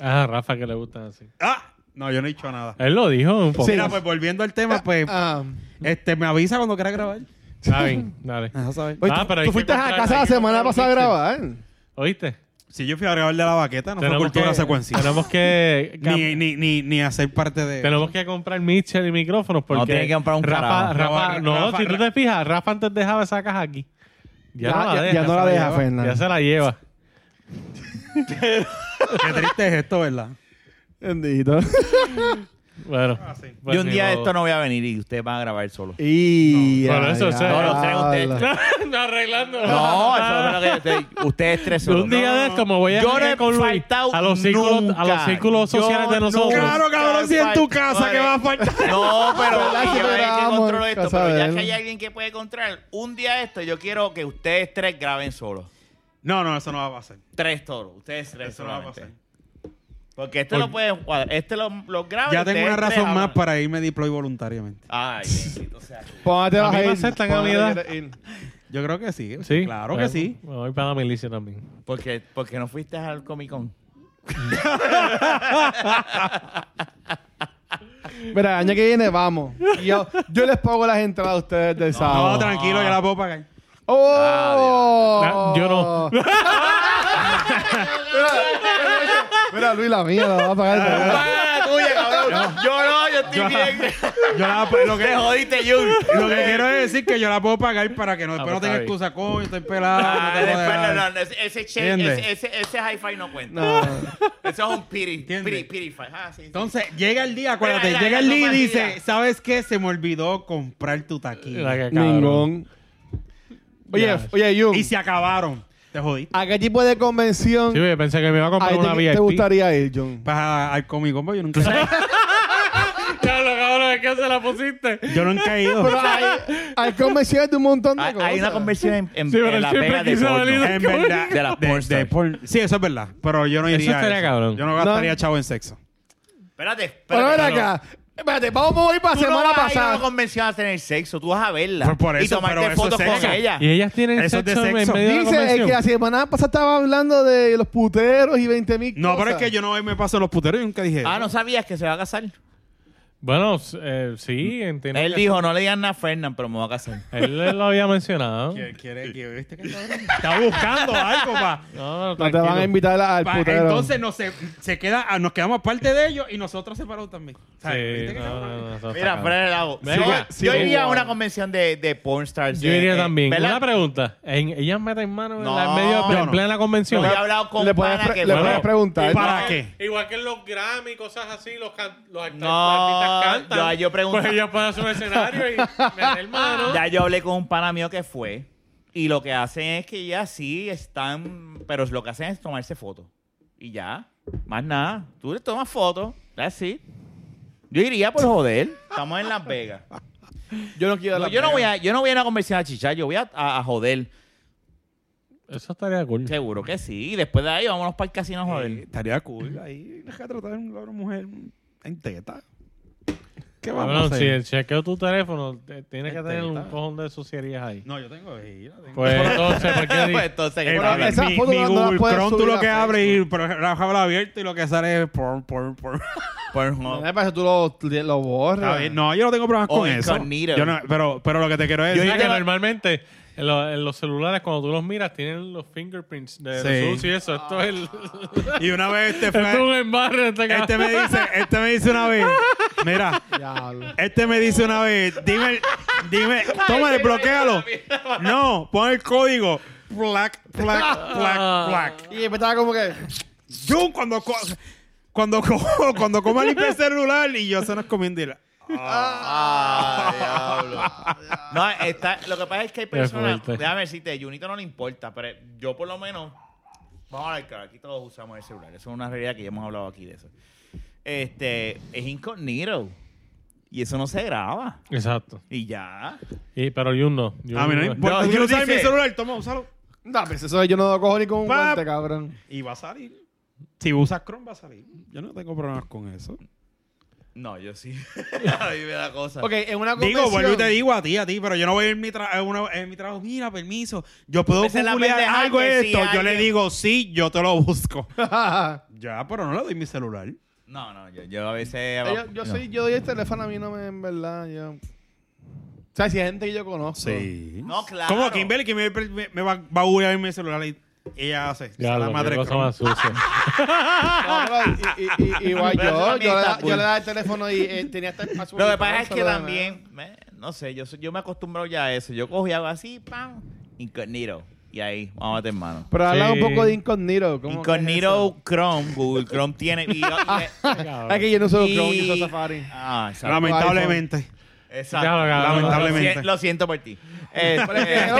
Speaker 2: Ah, Rafa, que le gustan así.
Speaker 5: Ah, no, yo no he dicho nada.
Speaker 2: Él lo dijo un poco.
Speaker 5: Mira, pues volviendo al tema, pues,
Speaker 4: Ah.
Speaker 5: este, me avisa cuando quiera grabar.
Speaker 2: Está bien, dale.
Speaker 5: Ajá, ¿sabes?
Speaker 4: Oye,
Speaker 2: Ah,
Speaker 4: tú-
Speaker 2: pero hay
Speaker 4: tú
Speaker 2: que
Speaker 4: fuiste a
Speaker 2: encontrar-
Speaker 4: casa
Speaker 2: hay
Speaker 4: la
Speaker 2: que
Speaker 4: semana
Speaker 2: encontrar
Speaker 4: pasada a
Speaker 2: un
Speaker 4: grabar. ¿eh?
Speaker 2: ¿Oíste?
Speaker 5: Si yo fui a grabar de la baqueta, no fue cultura
Speaker 2: que,
Speaker 5: secuencial.
Speaker 2: tenemos que
Speaker 5: Ni, ni, ni, ni hacer parte de.
Speaker 2: tenemos que comprar Mitchell y micrófonos porque
Speaker 1: tiene que comprar un
Speaker 2: Rafa,
Speaker 1: carajo.
Speaker 2: Rafa,
Speaker 5: Rafa,
Speaker 2: no,
Speaker 5: Rafa,
Speaker 2: si tú
Speaker 5: Rafa.
Speaker 2: te fijas, Rafa antes dejaba esa caja aquí. Ya,
Speaker 4: Ya-
Speaker 2: no la
Speaker 4: ya-
Speaker 2: deja,
Speaker 4: ya no
Speaker 2: se
Speaker 4: la deja,
Speaker 2: lleva.
Speaker 4: Fernan.
Speaker 2: Ya se la lleva.
Speaker 5: Qué triste es
Speaker 2: <laughs>
Speaker 5: esto, ¿verdad?
Speaker 4: Bendito.
Speaker 2: Bueno, pues
Speaker 1: Yo un
Speaker 2: ni
Speaker 1: día de
Speaker 2: modo.
Speaker 1: esto no voy a venir y ustedes van a grabar
Speaker 2: <laughs>
Speaker 1: solo.
Speaker 4: Y.
Speaker 2: No, pero
Speaker 4: ya,
Speaker 2: eso
Speaker 4: ya,
Speaker 2: se- No,
Speaker 1: los tres ustedes.
Speaker 4: habla.
Speaker 2: No, <laughs> arreglando.
Speaker 1: No, eso es lo que ustedes, ustedes tres solos.
Speaker 2: Un día de esto me voy a
Speaker 1: Yo no
Speaker 2: reunir
Speaker 1: he
Speaker 2: con Luis
Speaker 1: faltado
Speaker 2: a los círculos, a los
Speaker 1: nunca.
Speaker 2: círculos
Speaker 1: Yo
Speaker 2: sociales de nosotros.
Speaker 1: nunca.
Speaker 5: Claro, cabrón, si es tu casa,
Speaker 1: Padre.
Speaker 5: que va a faltar?
Speaker 1: No, pero
Speaker 4: ¿Verdad?
Speaker 1: y yo es el que
Speaker 4: Superamos,
Speaker 1: controlo esto,
Speaker 4: casa
Speaker 1: pero
Speaker 4: de
Speaker 1: ya
Speaker 4: él.
Speaker 1: que hay alguien que puede controlar, un día de esto yo quiero que ustedes tres graben solos.
Speaker 5: No, no, eso no va a pasar.
Speaker 1: Tres toros, ustedes tres
Speaker 5: Eso no va a
Speaker 1: solamente.
Speaker 5: pasar.
Speaker 1: Porque este lo pueden cuadrar, este lo, lo graban.
Speaker 5: Ya
Speaker 1: y
Speaker 5: tengo una
Speaker 1: ustedes tres
Speaker 5: razón más
Speaker 1: hablan.
Speaker 5: para irme deploy voluntariamente.
Speaker 1: Ay, bendito sea.
Speaker 4: Póngate
Speaker 2: A mí
Speaker 4: vas
Speaker 2: me
Speaker 4: ir,
Speaker 2: aceptan a
Speaker 4: póngate
Speaker 2: unidad.
Speaker 4: que quieres ir.
Speaker 5: Yo creo que sí.
Speaker 2: Sí.
Speaker 5: Claro
Speaker 2: Bueno,
Speaker 5: que sí.
Speaker 2: Me voy para la milicia también.
Speaker 1: Porque, porque no fuiste al Comic
Speaker 5: <laughs>
Speaker 1: Con.
Speaker 4: Mira, el año que viene vamos. Y yo, yo les pago las entradas a ustedes del
Speaker 5: No,
Speaker 2: Oh.
Speaker 4: sábado.
Speaker 5: tranquilo, ya la puedo pagar.
Speaker 4: ¡Oh!
Speaker 2: Ah, Dios. No, yo no.
Speaker 4: Mira, mira, <laughs> mira, Luis, la mía la va a pagar.
Speaker 5: Ah,
Speaker 1: Paga la tuya, cabrón. Yo no, yo estoy bien. <laughs>
Speaker 5: Yo la, lo,
Speaker 1: Te
Speaker 2: <laughs>
Speaker 5: que,
Speaker 1: jodiste, Jun.
Speaker 5: lo que quiero es decir que yo la puedo pagar para que no, después
Speaker 2: pues
Speaker 5: no tenga
Speaker 2: está bien.
Speaker 5: excusa, coño, estoy pelado.
Speaker 1: Ah,
Speaker 5: no te puedo
Speaker 1: después, no,
Speaker 5: dejar.
Speaker 1: no, no, ese, ese, che-
Speaker 5: ¿Entiendes?
Speaker 1: ese, ese, ese hi-fi no cuenta.
Speaker 4: No.
Speaker 1: Eso es un piri,
Speaker 5: ¿Entiendes?
Speaker 1: piri, pirify. Ah, sí, sí.
Speaker 5: Entonces, llega el día, acuérdate,
Speaker 1: Mira, ya,
Speaker 5: llega
Speaker 1: ya,
Speaker 5: el día y
Speaker 1: toma,
Speaker 5: dice,
Speaker 1: mira.
Speaker 5: ¿sabes qué? Se me olvidó comprar tu
Speaker 2: La
Speaker 5: taquilla.
Speaker 2: que cabrón.
Speaker 4: Ningún. Oye,
Speaker 2: Ya.
Speaker 4: f- oye, Jun,
Speaker 5: Y se acabaron. Te jodí.
Speaker 4: ¿a qué tipo de convención
Speaker 2: Sí, yo pensé que me iba a
Speaker 4: a
Speaker 2: comprar
Speaker 4: ti
Speaker 2: una
Speaker 4: te,
Speaker 2: VIP.
Speaker 4: gustaría ir, Jun?
Speaker 5: Vas a- al Comic Con, porque yo nunca he ido.
Speaker 2: Ya, lo cabrón, es que se la pusiste.
Speaker 5: Yo nunca he <laughs> ido.
Speaker 4: Hay, hay convenciones de un montón de
Speaker 1: Hay,
Speaker 4: cosas.
Speaker 1: hay una conversión en, en,
Speaker 2: Sí, pero
Speaker 1: en la
Speaker 2: siempre
Speaker 1: pega de
Speaker 2: quiso venir
Speaker 1: porno.
Speaker 5: En verdad.
Speaker 1: De las pornstar.
Speaker 5: porn- Sí, eso es verdad. Pero yo no
Speaker 2: Eso
Speaker 5: iría. a
Speaker 2: estaría cabrón.
Speaker 5: Yo no gastaría chavo en sexo.
Speaker 1: Espérate,
Speaker 4: Pero
Speaker 1: espérate.
Speaker 4: ven acá. Espérate, vamos a ir para
Speaker 1: Tú
Speaker 4: la semana
Speaker 1: no vas a ir a una
Speaker 4: pasada.
Speaker 1: convención a tener sexo, tú vas a verla
Speaker 5: Por- por
Speaker 1: y
Speaker 5: eso, pero
Speaker 1: tomarte
Speaker 5: eso
Speaker 1: fotos
Speaker 5: es
Speaker 1: con
Speaker 5: sexo.
Speaker 1: ella.
Speaker 2: Y ellas tienen
Speaker 5: Eso es de
Speaker 2: sexo en- en
Speaker 5: sexo.
Speaker 2: medio de la
Speaker 4: Dice eh,
Speaker 2: convención.
Speaker 4: que la semana pasada estaba hablando de los puteros y 20 mil
Speaker 5: No, pero es que yo no me paso los puteros y nunca dije.
Speaker 1: Ah,
Speaker 5: eso.
Speaker 1: no sabías que se va a casar.
Speaker 2: Bueno, s- eh, sí, entiendo.
Speaker 1: Él
Speaker 2: que-
Speaker 1: dijo, no le digan nada a Fernan, pero me voy a casar.
Speaker 2: Él lo había mencionado.
Speaker 5: ¿Quiere, quiere, que- ¿Viste que cabrón? Está buscando algo pa-
Speaker 2: No, no,
Speaker 4: No te van a
Speaker 2: tranquilo.
Speaker 4: invitar a- al
Speaker 5: pa-
Speaker 4: putero.
Speaker 5: Entonces nos, se, se queda, ah, nos quedamos parte de ellos y nosotros separados también. ¿Sabes? ¿Viste
Speaker 2: Sí,
Speaker 5: que
Speaker 2: no,
Speaker 5: cabrón?
Speaker 2: no, no, eso está
Speaker 1: Mira,
Speaker 2: cabrón.
Speaker 1: fuera de lado.
Speaker 2: Venga,
Speaker 1: Yo- yo
Speaker 2: sigue.
Speaker 1: iría a una convención de, de pornstars.
Speaker 2: Yo
Speaker 1: eh,
Speaker 2: iría
Speaker 1: eh,
Speaker 2: también.
Speaker 1: ¿verdad?
Speaker 2: Una pregunta. ¿En, ¿Ellas meten mano en,
Speaker 1: No,
Speaker 2: la, en medio,
Speaker 1: no,
Speaker 2: en
Speaker 5: no.
Speaker 2: plena
Speaker 1: Yo
Speaker 2: convención?
Speaker 1: he hablado con
Speaker 4: le puedes,
Speaker 1: pana
Speaker 4: pre-
Speaker 1: que...
Speaker 4: le
Speaker 2: bueno,
Speaker 4: puedes preguntar.
Speaker 5: ¿Para qué?
Speaker 2: Igual que en los Grammy, cosas así, los, can, los act-
Speaker 1: No, yo, yo pregunto...
Speaker 2: Pues ellos pueden hacer un escenario <laughs> y meter mano.
Speaker 1: Ya yo hablé con un pana mío que fue y lo que hacen es que ya sí están, pero lo que hacen es tomarse fotos. Y ya, más nada. Tú le tomas fotos, así. Yo iría por joder. Estamos en Las Vegas.
Speaker 4: Yo no quiero
Speaker 1: No,
Speaker 4: la
Speaker 1: yo, no voy a, yo no voy a una convención a chichar, yo voy a, a- a joder.
Speaker 2: Eso estaría cool.
Speaker 1: Seguro que sí. Y después de ahí vámonos para el casino a
Speaker 5: Eh,
Speaker 1: joder.
Speaker 5: Estaría cool. Ahí deja tratar a una mujer en teta. ¿Qué vamos a
Speaker 2: Cabrón, si
Speaker 5: hacer?
Speaker 2: el chequeo de tu teléfono, te- tienes que
Speaker 5: Este,
Speaker 2: tener un
Speaker 5: está.
Speaker 2: cojón de suciedades ahí.
Speaker 5: No, yo tengo ahí. la tengo. <laughs>
Speaker 2: Pues entonces, ¿por qué?
Speaker 1: <laughs> Pues
Speaker 2: di-
Speaker 1: entonces,
Speaker 5: Eh,
Speaker 1: ¿qué
Speaker 5: pero
Speaker 1: problema?
Speaker 4: esa
Speaker 5: mi,
Speaker 4: foto
Speaker 5: mi
Speaker 4: no la
Speaker 5: Google
Speaker 4: puedes
Speaker 5: Chrome tú
Speaker 4: subir
Speaker 5: lo
Speaker 4: a
Speaker 5: que abre y pero, la jaula abierta y lo que sale es porn, porn, porn.
Speaker 1: Pornhub.
Speaker 4: Me parece que Eh, tú lo, lo borras.
Speaker 5: Está bien. No, yo no tengo problemas
Speaker 1: O
Speaker 5: con eso.
Speaker 1: incognito.
Speaker 5: Yo no- pero, pero lo que te quiero
Speaker 2: O
Speaker 5: decir
Speaker 2: sea,
Speaker 5: es
Speaker 2: que
Speaker 5: que
Speaker 2: normalmente en, lo- en los celulares, cuando tú los miras, tienen los fingerprints de
Speaker 5: Sí.
Speaker 2: los sucio y eso. Esto es, el, <laughs> esto
Speaker 5: Y una vez este
Speaker 2: es
Speaker 5: fue-
Speaker 2: un embarre. Este, cabrón.
Speaker 5: este me dice, este me dice una vez, mira,
Speaker 4: Diablo.
Speaker 5: este me dice una vez, dime, el-
Speaker 1: <laughs>
Speaker 5: dime, tómale, bloquealo. No, pon el código. Black, black, black, black.
Speaker 4: Y después estaba como que.
Speaker 5: Yo cuando co- cuando cojo, <laughs> cuando como limpié el celular y yo se nos comiendo y la-
Speaker 1: Ah, diablo. No, está, lo que pasa es que hay personas.
Speaker 2: fuerte.
Speaker 1: Déjame decirte, Junito no le importa, pero yo por lo menos. Vamos a ver, claro, aquí todos usamos el celular. Eso es una realidad que ya hemos hablado aquí de eso. Este, es incognito. Y eso no se graba.
Speaker 2: Exacto.
Speaker 1: Y ya.
Speaker 2: Y, pero Jun no. Jun
Speaker 5: Ah, mira,
Speaker 2: no.
Speaker 5: importa,
Speaker 1: No,
Speaker 5: tú no
Speaker 1: dice-
Speaker 5: sabes mi celular, toma, úsalo.
Speaker 4: No, pues eso yo no lo cojo ni con un
Speaker 5: Pap.
Speaker 4: guante, cabrón.
Speaker 5: Y va a salir. Si usas Chrome va a salir. Yo no tengo problemas con eso.
Speaker 1: No, yo sí. <laughs> a mí me da cosa.
Speaker 4: Ok, en una convención.
Speaker 5: Digo, vuelvo y te digo a ti, a ti, pero yo no voy a ir en mi, tra- en una- en mi trabajo. Mira, permiso. Yo puedo
Speaker 1: Esa es la
Speaker 5: googlear
Speaker 1: pendeja
Speaker 5: algo
Speaker 1: que si
Speaker 5: esto. yo le
Speaker 1: alguien-
Speaker 5: digo, sí, yo te lo busco. <laughs> ya, pero no le doy mi celular.
Speaker 1: No, no, yo, yo a veces.
Speaker 4: <laughs> yo, yo soy, yo doy el teléfono a mí, no me, en verdad, yo. O sea, si hay gente que yo conozco.
Speaker 1: No, claro.
Speaker 5: Como Kimberly que me, me- me va, va a googlear mi celular y ella hace. se
Speaker 2: Ya,
Speaker 5: la
Speaker 2: lo,
Speaker 5: madre
Speaker 2: qué cosa
Speaker 5: Chrome.
Speaker 2: más
Speaker 5: <laughs>
Speaker 2: sucia.
Speaker 4: No, pero y- y- y- igual
Speaker 1: Pero eso también
Speaker 4: yo, yo,
Speaker 1: está
Speaker 4: le, da- yo
Speaker 1: cool.
Speaker 4: le daba el teléfono y eh, tenía hasta el password.
Speaker 1: Lo que pasa es
Speaker 4: Se
Speaker 1: que
Speaker 4: lo daba.
Speaker 1: también, me- no sé, yo, soy- yo me acostumbro ya a eso. Yo cojo y hago así, pam, incognito. Y ahí, vamos a meter mano.
Speaker 4: Pero habla
Speaker 2: Sí.
Speaker 4: un poco de incognito. ¿cómo que es
Speaker 1: Incognito Chrome, Google Chrome tiene.
Speaker 4: <laughs>
Speaker 1: y- y-
Speaker 4: eso? Es Ah, que yo no uso
Speaker 1: y-
Speaker 4: Chrome, yo uso Safari.
Speaker 1: Ah, exacto.
Speaker 5: Lamentablemente.
Speaker 1: Exacto.
Speaker 2: Claro, claro.
Speaker 5: Lamentablemente.
Speaker 1: Lo si- Lo siento por ti. Eh,
Speaker 2: De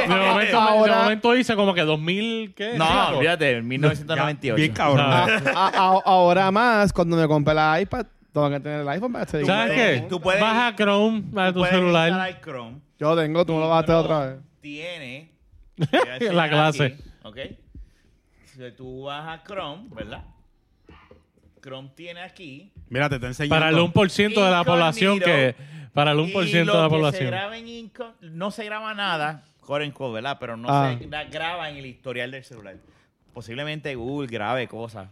Speaker 2: momento,
Speaker 4: Ahora-
Speaker 2: de momento dice como que 2000, ¿qué?
Speaker 1: no,
Speaker 2: Cinco.
Speaker 1: olvídate,
Speaker 5: Ya,
Speaker 1: 1998.
Speaker 5: Bien cabrón.
Speaker 2: O sea,
Speaker 4: A- a- ahora más, cuando me compré la iPad, tengo que tener el iPhone para acceder.
Speaker 2: ¿Sabes
Speaker 1: puedes-
Speaker 2: qué?
Speaker 1: tú puedes-
Speaker 2: Baja Chrome a tu
Speaker 1: Puedes
Speaker 2: celular.
Speaker 1: instalar Chrome.
Speaker 4: Yo tengo, tú me lo vas a hacer otra vez.
Speaker 1: tiene voy
Speaker 4: <laughs>
Speaker 1: a enseñar
Speaker 2: La clase.
Speaker 1: aquí, ok. Si tú vas a Chrome, ¿verdad? Chrome tiene aquí.
Speaker 5: Mira, te estoy enseñando. Em.
Speaker 2: Para el 1% de la
Speaker 1: Incognito.
Speaker 2: población que... Para el 1% de
Speaker 1: y lo
Speaker 2: la
Speaker 1: que Se
Speaker 2: población.
Speaker 1: graba en inco- no se graba nada, core en core, ¿verdad? Pero no
Speaker 4: Ah.
Speaker 1: se da- graba en el historial del celular. Posiblemente Google grabe cosas.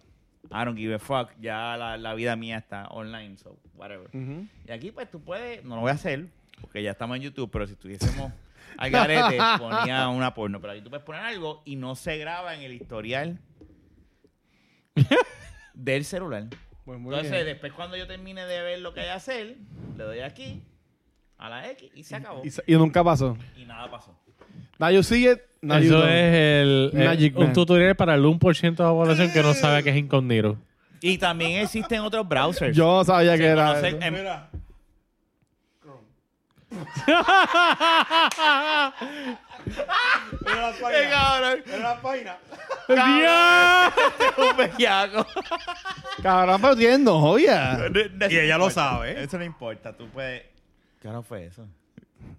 Speaker 1: I don't give a fuck. Ya la, la vida mía está online, so whatever.
Speaker 2: Mm.
Speaker 4: Ujú.
Speaker 1: Y aquí, pues tú puedes, no lo voy a hacer, porque ya estamos en YouTube, pero si estuviésemos al
Speaker 2: <laughs>
Speaker 1: garete, ponía una porno. Pero aquí tú puedes poner algo y no se graba en el
Speaker 2: <laughs>
Speaker 1: historial del celular.
Speaker 4: Pues muy
Speaker 1: Entonces,
Speaker 4: bien.
Speaker 1: después cuando yo termine de ver lo que hay que hacer, le doy aquí a la X y se acabó.
Speaker 4: Y, sa- y nunca pasó.
Speaker 1: Y nada pasó.
Speaker 4: Now you see it, now you
Speaker 2: Eso
Speaker 4: don't.
Speaker 2: es el, el-
Speaker 4: Magic
Speaker 2: un
Speaker 4: Man.
Speaker 2: tutorial para el 1% de la población que no
Speaker 1: Eh.
Speaker 2: sabe que es incognito.
Speaker 1: Y <laughs> también existen otros browsers.
Speaker 4: Yo no sabía que era.
Speaker 1: No sé,
Speaker 4: eso.
Speaker 1: em,
Speaker 5: Mira. Mira la
Speaker 1: ¡Qué cabrón!
Speaker 5: Mira la página.
Speaker 1: ¡Un <laughs> bellaco!
Speaker 4: Cabrón, pero
Speaker 2: <laughs>
Speaker 4: tienes novia.
Speaker 5: Y ella lo sabe.
Speaker 1: Eso no importa, tú puedes... ¿Qué no fue eso?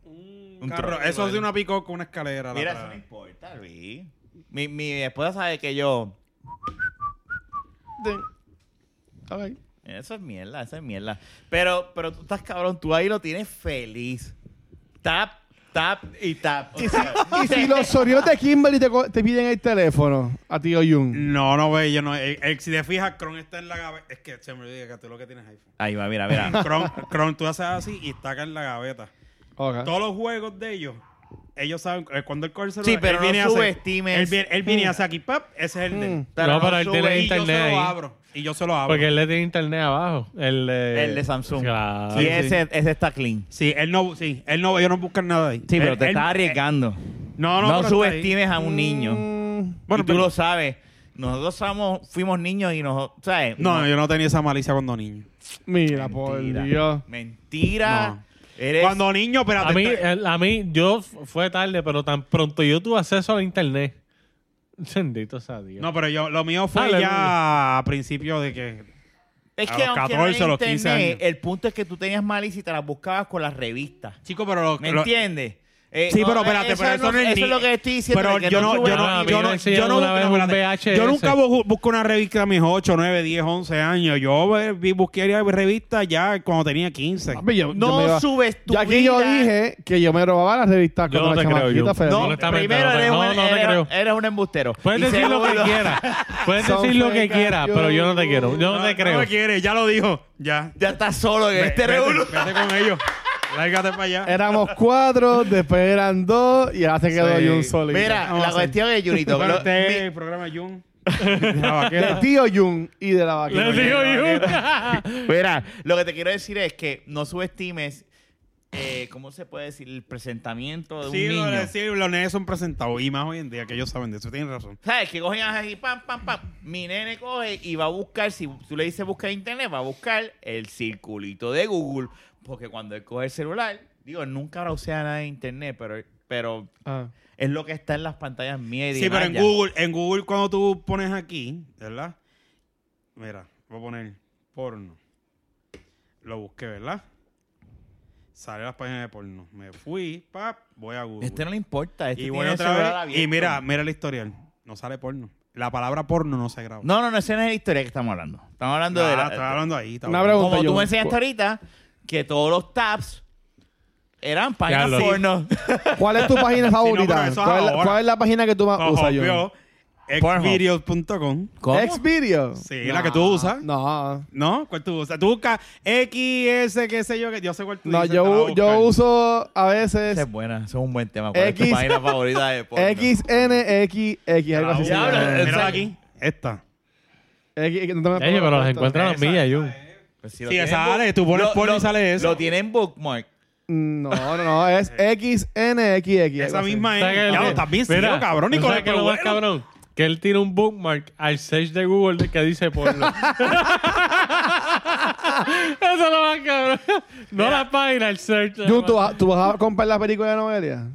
Speaker 1: Un
Speaker 5: Un carro.
Speaker 1: troll.
Speaker 5: Eso es de una pico con una escalera. la
Speaker 1: Mira,
Speaker 5: otra.
Speaker 1: eso no importa, Luis. Mi, mi esposa sabe que yo...
Speaker 4: Ok.
Speaker 1: Eso es mierda, eso es mierda. Pero, pero tú estás cabrón, tú ahí lo tienes feliz. Está tap y tap.
Speaker 4: Y si,
Speaker 1: <laughs>
Speaker 4: y si los sorios de Kimberly te, co- te piden el teléfono a ti o Jun.
Speaker 5: No, no, ve, yo no. eh, eh, si te fijas, Cron está en la gaveta. Es que se me olvida que tú lo que tienes es iPhone.
Speaker 1: Ahí va, mira, mira.
Speaker 5: Cron, Cron, tú haces así y está acá en la gaveta.
Speaker 2: Ah.
Speaker 5: Todos los juegos de ellos, ellos saben. eh, Cuando él coge el celular,
Speaker 1: Sí, pero
Speaker 5: él
Speaker 1: no
Speaker 5: viene y hace-
Speaker 1: subestimes.
Speaker 5: Él viene, él viene y hace aquí, pap, ese es el de. él.
Speaker 1: Pero
Speaker 2: no, pero él
Speaker 1: sube.
Speaker 2: tiene
Speaker 5: Hmm. Y yo se
Speaker 2: internet
Speaker 5: lo
Speaker 2: ahí.
Speaker 5: abro. Y yo se lo abro.
Speaker 2: Porque él le tiene internet abajo. El de,
Speaker 1: El de Samsung.
Speaker 2: Claro.
Speaker 1: Y ese, ese está clean.
Speaker 5: Sí, él no, sí, él no, ellos no buscan nada ahí.
Speaker 1: Sí, pero
Speaker 5: Él-
Speaker 1: te
Speaker 5: él-
Speaker 1: estás arriesgando.
Speaker 5: eh, No, no,
Speaker 1: No,
Speaker 5: pero está ahí. Mm,
Speaker 1: subestimes a un niño.
Speaker 4: Mm,
Speaker 1: y
Speaker 5: Bueno,
Speaker 1: tú
Speaker 5: pero-
Speaker 1: lo sabes. Nosotros somos, fuimos niños y nos, ¿sabes?
Speaker 5: No, yo no tenía esa malicia cuando niño.
Speaker 4: Mira, por Dios.
Speaker 1: Mentira.
Speaker 5: No.
Speaker 1: Eres
Speaker 5: Cuando niño, espérate.
Speaker 2: A mí,
Speaker 5: Ah, está-
Speaker 2: el- a mí, yo f- fue tarde, pero tan pronto yo tuve acceso a internet. Bendito sea Dios.
Speaker 5: No, pero yo, lo mío fue
Speaker 2: Aleluya.
Speaker 5: ya a principio de que.
Speaker 1: Es
Speaker 5: A
Speaker 1: que
Speaker 5: los
Speaker 1: aunque
Speaker 5: 14 o
Speaker 1: no
Speaker 5: los 15
Speaker 1: internet,
Speaker 5: años.
Speaker 1: el punto es que tú tenías malicia y te las buscabas con las revistas.
Speaker 5: Chico, pero lo,
Speaker 1: ¿Me
Speaker 5: lo-
Speaker 1: entiendes? Eh,
Speaker 5: Sí,
Speaker 1: no,
Speaker 5: pero espérate,
Speaker 1: eso
Speaker 5: pero eso no es ni-
Speaker 1: Eso es lo que estoy diciendo.
Speaker 5: Pero
Speaker 1: de que
Speaker 5: yo no,
Speaker 1: sube
Speaker 5: yo
Speaker 1: a
Speaker 5: no,
Speaker 1: mí.
Speaker 5: yo
Speaker 2: me
Speaker 5: no, yo
Speaker 2: enseñaron
Speaker 5: no
Speaker 2: una
Speaker 5: busco-
Speaker 2: vez
Speaker 5: no,
Speaker 2: un
Speaker 5: espérate.
Speaker 2: VHS.
Speaker 5: Yo nunca bu- busco una revista a mis 8, 9, 10, 11 años. Yo eh, vi- busqué revistas ya cuando tenía 15.
Speaker 4: Papi, yo- yo
Speaker 1: No
Speaker 4: me iba-
Speaker 1: subes tu
Speaker 4: Ya aquí yo
Speaker 1: vida.
Speaker 4: dije que yo me robaba las revistas
Speaker 2: Yo
Speaker 4: cuando
Speaker 2: no
Speaker 4: la
Speaker 2: te creo,
Speaker 4: chamaquita
Speaker 2: Jun.
Speaker 4: Fede.
Speaker 2: No,
Speaker 1: No,
Speaker 2: Honestamente,
Speaker 1: primero
Speaker 2: no te-
Speaker 1: eres,
Speaker 2: no,
Speaker 1: un,
Speaker 2: no te
Speaker 1: eres-
Speaker 2: creo.
Speaker 1: eres un embustero.
Speaker 2: Puedes
Speaker 1: Y
Speaker 2: decir lo que
Speaker 1: segundo-
Speaker 2: quieras. Puedes
Speaker 4: Son
Speaker 2: decir lo que
Speaker 4: fecas,
Speaker 2: quieras,
Speaker 4: yo-
Speaker 2: pero yo no te quiero. Yo no te creo.
Speaker 5: me quiere, ya lo dijo. Ya.
Speaker 1: Ya estás solo en
Speaker 5: Ve-
Speaker 1: este
Speaker 5: vete,
Speaker 1: reúno.
Speaker 5: vete con ellos. Lárgate para allá.
Speaker 4: Éramos cuatro, después eran dos y ahora se quedó
Speaker 5: Sí.
Speaker 4: Jun solito.
Speaker 1: Mira,
Speaker 5: Vamos a
Speaker 1: la
Speaker 5: hacer.
Speaker 1: cuestión es,
Speaker 5: <laughs>
Speaker 1: Junito.
Speaker 5: Bueno,
Speaker 1: lo-
Speaker 5: este es
Speaker 1: mi-
Speaker 5: el programa Jun. <laughs> La vaquera.
Speaker 4: De tío Jun y de la
Speaker 2: Le
Speaker 4: vaquera.
Speaker 2: digo yo.
Speaker 1: Mira, lo que te quiero decir es que no subestimes, eh, ¿cómo se puede decir? El presentamiento de un
Speaker 5: Sí,
Speaker 1: niño.
Speaker 5: lo, sí, los nenes son presentados. Y más hoy en día que ellos saben de eso. Tienen razón.
Speaker 1: ¿Sabes? Que cogen ahí, pam, pam, pam. Mi nene coge y va a buscar, si tú le dices busca en internet, va a buscar el circulito de Google. Porque cuando él coge el celular, digo, él nunca browsea nada de internet, pero, pero
Speaker 4: Ah.
Speaker 1: es lo que está en las pantallas medias.
Speaker 5: Sí, pero en
Speaker 1: ya.
Speaker 5: Google, en Google cuando tú pones aquí, ¿verdad? Mira, voy a poner porno. Lo busqué, ¿verdad? Sale las páginas de porno. Me fui, pap, voy a Google.
Speaker 1: Este no le importa. Este
Speaker 5: y
Speaker 1: tiene
Speaker 5: voy
Speaker 1: el celular
Speaker 5: otra vez.
Speaker 1: abierto.
Speaker 5: Y mira, mira el historial. No sale porno. La palabra porno no se graba.
Speaker 1: No, no, no, esa no es la historia que estamos hablando. Estamos hablando
Speaker 5: Ah,
Speaker 1: de la-
Speaker 5: estoy hablando ahí. está
Speaker 4: Una
Speaker 5: hablando.
Speaker 4: pregunta,
Speaker 1: Como tú
Speaker 4: Jun.
Speaker 1: me enseñaste ahorita, que todos los tabs eran páginas
Speaker 2: lo-
Speaker 1: porno.
Speaker 4: ¿Cuál es tu
Speaker 5: <laughs>
Speaker 4: página
Speaker 5: pero
Speaker 4: favorita?
Speaker 5: eso es
Speaker 4: ¿Cuál, es la,
Speaker 5: ahora.
Speaker 4: cuál es la página que tú más usas, Jun?
Speaker 5: Ojo, Xvideos.com.
Speaker 4: ¿Xvideo?
Speaker 5: Sí, la que
Speaker 1: Ah.
Speaker 5: tú usas.
Speaker 4: No.
Speaker 5: ¿No? ¿Cuál tú usas? Tú buscas X, S, qué sé yo. que Yo sé cuál tú
Speaker 4: No,
Speaker 5: dices, "Ah, te la voy
Speaker 4: yo,
Speaker 5: a
Speaker 4: yo
Speaker 5: buscar.
Speaker 4: uso a
Speaker 1: Esa
Speaker 4: veces
Speaker 1: es buena, eso es un buen tema. ¿Cuál es tu
Speaker 4: X-
Speaker 1: página favorita <laughs> de porno?
Speaker 4: XNXX, algo así. se
Speaker 1: Diablo,
Speaker 4: llama.
Speaker 1: eh,
Speaker 5: Mira aquí. Esta.
Speaker 4: X, no te me
Speaker 2: Ey, pero
Speaker 4: acuerdo
Speaker 2: las
Speaker 4: esto.
Speaker 2: encuentran las
Speaker 5: Esa-
Speaker 2: millas, Jun.
Speaker 1: Pues
Speaker 5: Sí,
Speaker 1: lo tienen
Speaker 5: sale,
Speaker 1: book-
Speaker 5: tú pones
Speaker 1: lo-
Speaker 5: porno y
Speaker 1: lo-
Speaker 5: sale eso.
Speaker 1: Lo tienen bookmark.
Speaker 4: mm, No, no, no, <laughs> es XNXX.
Speaker 5: Esa
Speaker 4: algo así.
Speaker 5: misma
Speaker 2: ¿Sabes qué
Speaker 5: es. Ya
Speaker 2: lo-
Speaker 5: lo estás bien
Speaker 2: Mira,
Speaker 5: ciego, cabrón.
Speaker 2: ¿tú
Speaker 5: Y con
Speaker 2: sabes
Speaker 5: el
Speaker 2: qué es lo más
Speaker 5: pelo bueno.
Speaker 2: cabrón? Que él tiene un bookmark al search de Google que dice porno. Eso es lo más cabrón. No la página, el search.
Speaker 4: Jun, ¿tú, vas- tú vas a comprar la película de Noelia?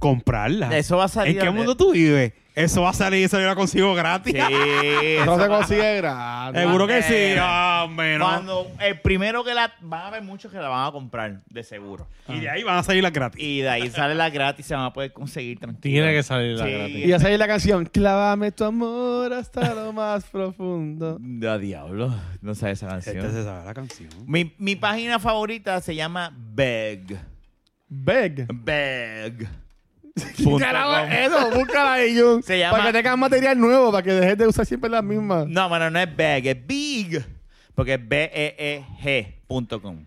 Speaker 5: Comprarla.
Speaker 1: Eso va a salir
Speaker 5: ¿En qué
Speaker 1: a-
Speaker 5: mundo tú vives? Eso va a salir y eso yo la
Speaker 1: <laughs>
Speaker 5: consigo
Speaker 1: <laughs>
Speaker 5: gratis. <laughs>
Speaker 1: Sí.
Speaker 4: No
Speaker 1: eso-
Speaker 4: se consigue gratis.
Speaker 5: Seguro que
Speaker 1: Eh,
Speaker 5: sí. Ah, hombre, no.
Speaker 1: Cuando el primero que la van a haber muchos que la van a comprar, de seguro.
Speaker 5: Y de ahí van a salir las gratis.
Speaker 1: Y de ahí sale la gratis, se van a poder conseguir tranquilo.
Speaker 2: Tiene que salir la
Speaker 1: Sí.
Speaker 2: gratis.
Speaker 4: Y esa es la canción, clávame tu amor hasta lo más profundo.
Speaker 1: Da diablo, no sabe esa
Speaker 5: Este
Speaker 1: canción.
Speaker 5: se sabe la canción.
Speaker 1: Mi, mi página favorita se llama Beg.
Speaker 4: Beg.
Speaker 2: <laughs>
Speaker 1: Beg.
Speaker 4: Carajo, eso, búscala ahí, Jun.
Speaker 1: Se llama-
Speaker 4: Para que tengas material nuevo, para que dejes de usar siempre las mismas.
Speaker 1: No, bueno, no es Beg, es Big. Porque es E B-E-E-G.com.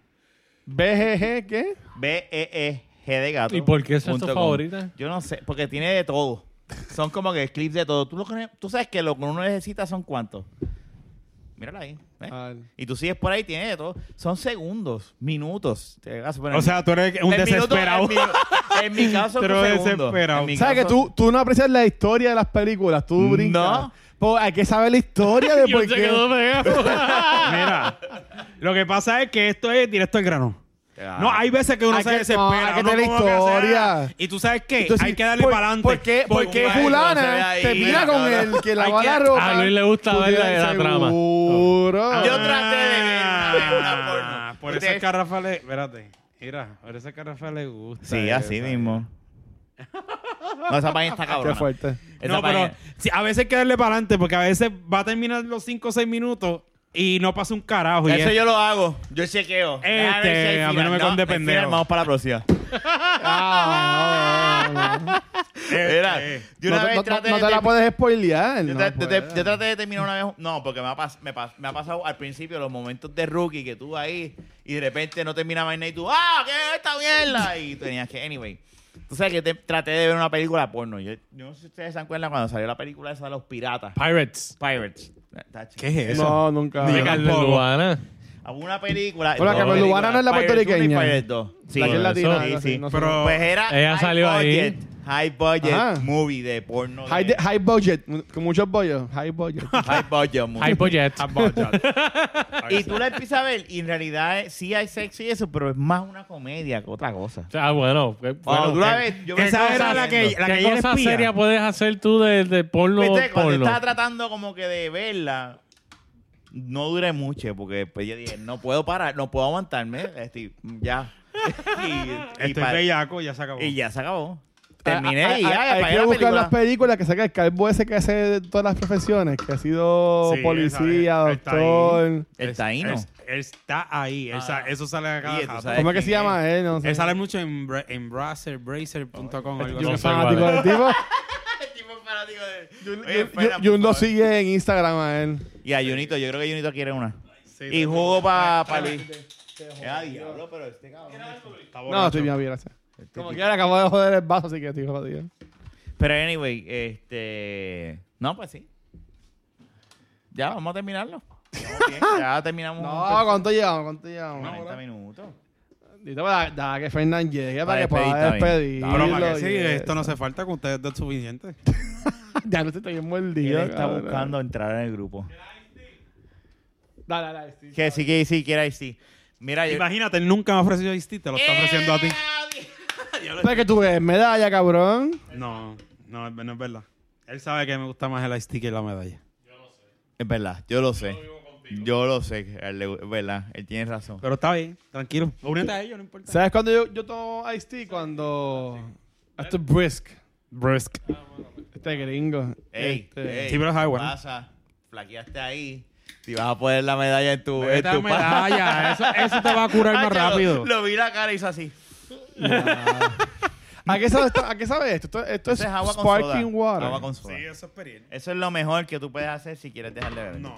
Speaker 4: BGG, ¿qué?
Speaker 1: Eh. B-E-E-G E de gato.
Speaker 2: ¿Y por qué esa es
Speaker 1: punto
Speaker 2: tu
Speaker 1: com.
Speaker 2: favorita?
Speaker 1: Yo no sé, porque tiene de todo. Son como que clips de todo. Tú, lo que- tú sabes que lo que uno necesita son cuántos. Mírala ahí. ¿eh?
Speaker 2: Ah.
Speaker 1: Y tú sigues por ahí, tiene de todo. Son segundos, minutos. Te vas a poner-
Speaker 5: O sea, tú eres un
Speaker 1: El minuto-
Speaker 5: desesperado.
Speaker 1: en, mi, en mi caso,
Speaker 5: Pero
Speaker 1: fue segundo.
Speaker 5: desesperado.
Speaker 1: En mi
Speaker 4: ¿Sabes que
Speaker 1: caso-
Speaker 4: tú, tú no aprecias la historia de las películas? Tú
Speaker 1: No.
Speaker 4: brincas. Pues hay que saber la
Speaker 2: <laughs>
Speaker 4: historia de por
Speaker 2: Jun se
Speaker 4: qué.
Speaker 2: quedó pegado.
Speaker 5: <laughs> Mira, lo que pasa es que esto es directo al grano.
Speaker 1: Ah.
Speaker 5: No, hay veces que uno
Speaker 4: Hay
Speaker 5: se
Speaker 4: que-
Speaker 5: desespera.
Speaker 4: no, hay que
Speaker 5: uno
Speaker 4: tener
Speaker 5: como que
Speaker 4: historia.
Speaker 5: sea- y tú sabes qué,
Speaker 4: Entonces,
Speaker 5: hay que darle
Speaker 4: ¿por-
Speaker 5: para adelante.
Speaker 4: ¿Por qué, por qué
Speaker 1: Porque se ve
Speaker 4: fulana
Speaker 1: ahí,
Speaker 4: te
Speaker 1: mira,
Speaker 4: mira con
Speaker 1: cabrón.
Speaker 4: el que
Speaker 1: Hay
Speaker 4: lava
Speaker 1: que-
Speaker 4: la ropa?
Speaker 2: A Luis le gusta
Speaker 4: Tú
Speaker 2: ver la-
Speaker 4: tienes
Speaker 2: la trama.
Speaker 4: Seguro.
Speaker 1: Yo traté de ver una vez una
Speaker 5: Ah,
Speaker 1: porno. Este
Speaker 5: Por eso
Speaker 1: Ustedes-
Speaker 5: es que a Rafa le... Espérate. Mira, por eso es que a Rafa le gusta.
Speaker 1: Sí,
Speaker 5: esa.
Speaker 1: así mismo. No, esa página está
Speaker 4: Qué
Speaker 1: cabrona.
Speaker 4: fuerte.
Speaker 1: Esa
Speaker 5: no, pero
Speaker 1: página-
Speaker 5: sí, a veces hay que darle para adelante porque a veces va a terminar los 5 o 6 minutos y no pasa un carajo. y
Speaker 1: Eso
Speaker 5: es-
Speaker 1: yo lo hago. Yo chequeo.
Speaker 5: Este,
Speaker 1: Déjame ver si hay
Speaker 5: a mí no
Speaker 1: final.
Speaker 5: me conde
Speaker 1: hay final,
Speaker 5: pendejo. <laughs>
Speaker 1: Vamos para la próxima.
Speaker 5: Ah,
Speaker 1: Mira, yo una
Speaker 4: no,
Speaker 1: vez
Speaker 4: no-
Speaker 1: traté
Speaker 4: no
Speaker 1: de-
Speaker 4: te la puedes spoilear.
Speaker 1: Yo,
Speaker 4: no
Speaker 1: tra- yo te-
Speaker 4: puedes.
Speaker 1: yo traté de terminar una vez. No, porque me ha, pas- me, pas- me ha pasado al principio los momentos de rookie que tú ahí y de repente no terminaba nada y tú, ¡ah! ¿Qué es esta mierda? Y tú tenías que, anyway. Tú sabes que te- traté de ver una película porno. Yo, yo no sé si ustedes se acuerdan cuando salió la película esa de los piratas.
Speaker 2: Pirates.
Speaker 1: Pirates. Tacho.
Speaker 5: ¿Qué es eso?
Speaker 4: No, nunca.
Speaker 5: Ni
Speaker 2: De
Speaker 5: Yo
Speaker 2: Carmen
Speaker 5: tampoco.
Speaker 2: Luana.
Speaker 1: Hubo una película.
Speaker 4: Bueno,
Speaker 1: dos
Speaker 4: Carmen
Speaker 1: películas,
Speaker 4: Lubana no es la
Speaker 1: Pirates uno y
Speaker 4: puertorriqueña.
Speaker 1: Pirates dos. Sí.
Speaker 4: La que es
Speaker 2: Bueno,
Speaker 4: latina.
Speaker 2: eso-
Speaker 4: algo así,
Speaker 1: sí,
Speaker 4: no sé.
Speaker 5: Pero
Speaker 1: Pues era
Speaker 2: Ella
Speaker 1: high
Speaker 2: salió ahí.
Speaker 1: budget, High budget
Speaker 4: Ajá.
Speaker 1: movie de porno.
Speaker 4: High,
Speaker 1: de-
Speaker 4: de- high budget, con muchos bollos. High budget.
Speaker 1: high
Speaker 4: <laughs>
Speaker 1: budget movie.
Speaker 2: High budget.
Speaker 4: Ah,
Speaker 1: Y tú la empiezas a ver y en realidad eh, sí hay sexo y eso, pero es más una comedia que otra cosa.
Speaker 2: Ah, <laughs> bueno. qué-
Speaker 1: Cuando
Speaker 2: bueno,
Speaker 1: tú la
Speaker 2: qué-
Speaker 1: ves, yo
Speaker 5: que
Speaker 1: me
Speaker 5: esa
Speaker 1: estaba
Speaker 5: era la
Speaker 1: viendo.
Speaker 5: que- la
Speaker 2: ¿Qué
Speaker 5: ella era
Speaker 2: cosa
Speaker 5: espía.
Speaker 2: seria puedes hacer tú de, de porno,
Speaker 1: Viste, cuando
Speaker 2: porno?
Speaker 1: estaba tratando como que de verla, no duré mucho porque después yo dije, no puedo parar, no puedo aguantarme, este, ya. <laughs> y, y
Speaker 5: Estoy
Speaker 1: pa-
Speaker 5: bellaco, ya se acabó.
Speaker 1: y ya se acabó. Terminé
Speaker 4: Ah, ah,
Speaker 1: y
Speaker 4: ah,
Speaker 1: ya, ya
Speaker 4: Hay
Speaker 1: apagué
Speaker 4: que
Speaker 1: la
Speaker 4: buscar
Speaker 1: película.
Speaker 4: las películas que saca el calvo ese que hace de todas las profesiones, que ha sido
Speaker 5: Sí,
Speaker 4: policía,
Speaker 5: esa es, está ahí.
Speaker 4: doctor.
Speaker 1: El
Speaker 5: Es-
Speaker 1: taíno.
Speaker 5: es- está ahí. él
Speaker 1: Ah.
Speaker 5: sa- eso sale a cada
Speaker 1: Oye, tú
Speaker 5: jato.
Speaker 1: sabes
Speaker 4: ¿Cómo es que se
Speaker 1: quién
Speaker 4: llama él? No sé.
Speaker 5: Él Eh, sale mucho en, bra- en Bracer, Bracer.com o
Speaker 2: Yo
Speaker 5: algo
Speaker 4: Yo
Speaker 2: no sé
Speaker 4: soy
Speaker 5: así.
Speaker 2: cuál
Speaker 4: fanático del tipo.
Speaker 1: El tipo es fanático de- Oye, espera,
Speaker 4: Yo- Jun
Speaker 1: por
Speaker 4: lo
Speaker 1: favor.
Speaker 4: sigue en Instagram a él.
Speaker 1: Y a Junito, yo creo que Junito quiere una.
Speaker 5: Sí,
Speaker 1: Y
Speaker 5: está-
Speaker 1: jugo para Luis. Ah, diablo, pero este cabrón.
Speaker 5: está
Speaker 4: No,
Speaker 5: borracho.
Speaker 4: estoy bien, bien, gracias.
Speaker 1: Este
Speaker 4: Como
Speaker 1: tipo-
Speaker 4: quiera, acabo de joder el vaso, así que estoy jodido.
Speaker 1: Pero anyway, este. No, pues sí. Ya, vamos a
Speaker 5: <laughs>
Speaker 1: terminarlo. Estamos bien, ya terminamos.
Speaker 4: No, ¿cuánto llevamos? ¿Cuánto
Speaker 1: un-
Speaker 4: llevamos?
Speaker 1: 40 minutos.
Speaker 4: Dito para, da, que Fernán llegue para que
Speaker 1: Para
Speaker 4: pueda
Speaker 1: despedir,
Speaker 4: despedir.
Speaker 1: está
Speaker 5: Pero para que sí, esto no hace falta que ustedes den suficiente.
Speaker 4: <laughs> Ya no te estoy bien
Speaker 1: Él
Speaker 4: mordido.
Speaker 1: está
Speaker 4: cabrón.
Speaker 1: buscando entrar en el grupo.
Speaker 4: Dale, dale, sí.
Speaker 1: Que sí, que sí, que era sí. Mira,
Speaker 4: Eh,
Speaker 1: yo.
Speaker 5: Imagínate, él nunca me ha ofrecido Ice te lo está ofreciendo a ti.
Speaker 4: Pero Pues que tú ves medalla, cabrón.
Speaker 5: No, no, es- no es verdad. Él sabe que me gusta más el Ice que la medalla.
Speaker 1: Es verdad, yo lo sé. Yo lo sé, que a él le- es verdad, él tiene razón.
Speaker 5: Pero está bien, tranquilo. Únete a ellos, no importa.
Speaker 4: ¿Sabes cuando yo, yo tomo iced tea? Cuando. Esto es brisk.
Speaker 5: Brisk.
Speaker 4: Este gringo.
Speaker 1: Ey,
Speaker 4: Este-
Speaker 1: ey,
Speaker 5: Sí, pero es agua, ¿no?
Speaker 1: Pasa, flaqueaste ahí. Si vas a poner la medalla en
Speaker 4: Pues
Speaker 1: tu. en
Speaker 5: Vete a
Speaker 1: tu pa-
Speaker 4: <laughs>
Speaker 5: medalla, eso, eso te va a curar
Speaker 1: <laughs>
Speaker 5: más
Speaker 1: Hacho,
Speaker 5: rápido.
Speaker 1: Lo, lo vi la cara y hizo así.
Speaker 4: ¿A qué sabe esto? ¿A qué sabe esto? Esto, esto
Speaker 1: Eso es agua con
Speaker 4: sparkling
Speaker 1: soda.
Speaker 4: water.
Speaker 1: Agua con soda.
Speaker 5: eso es periente.
Speaker 1: Eso es lo mejor que tú puedes hacer si quieres dejar de beber.
Speaker 5: No.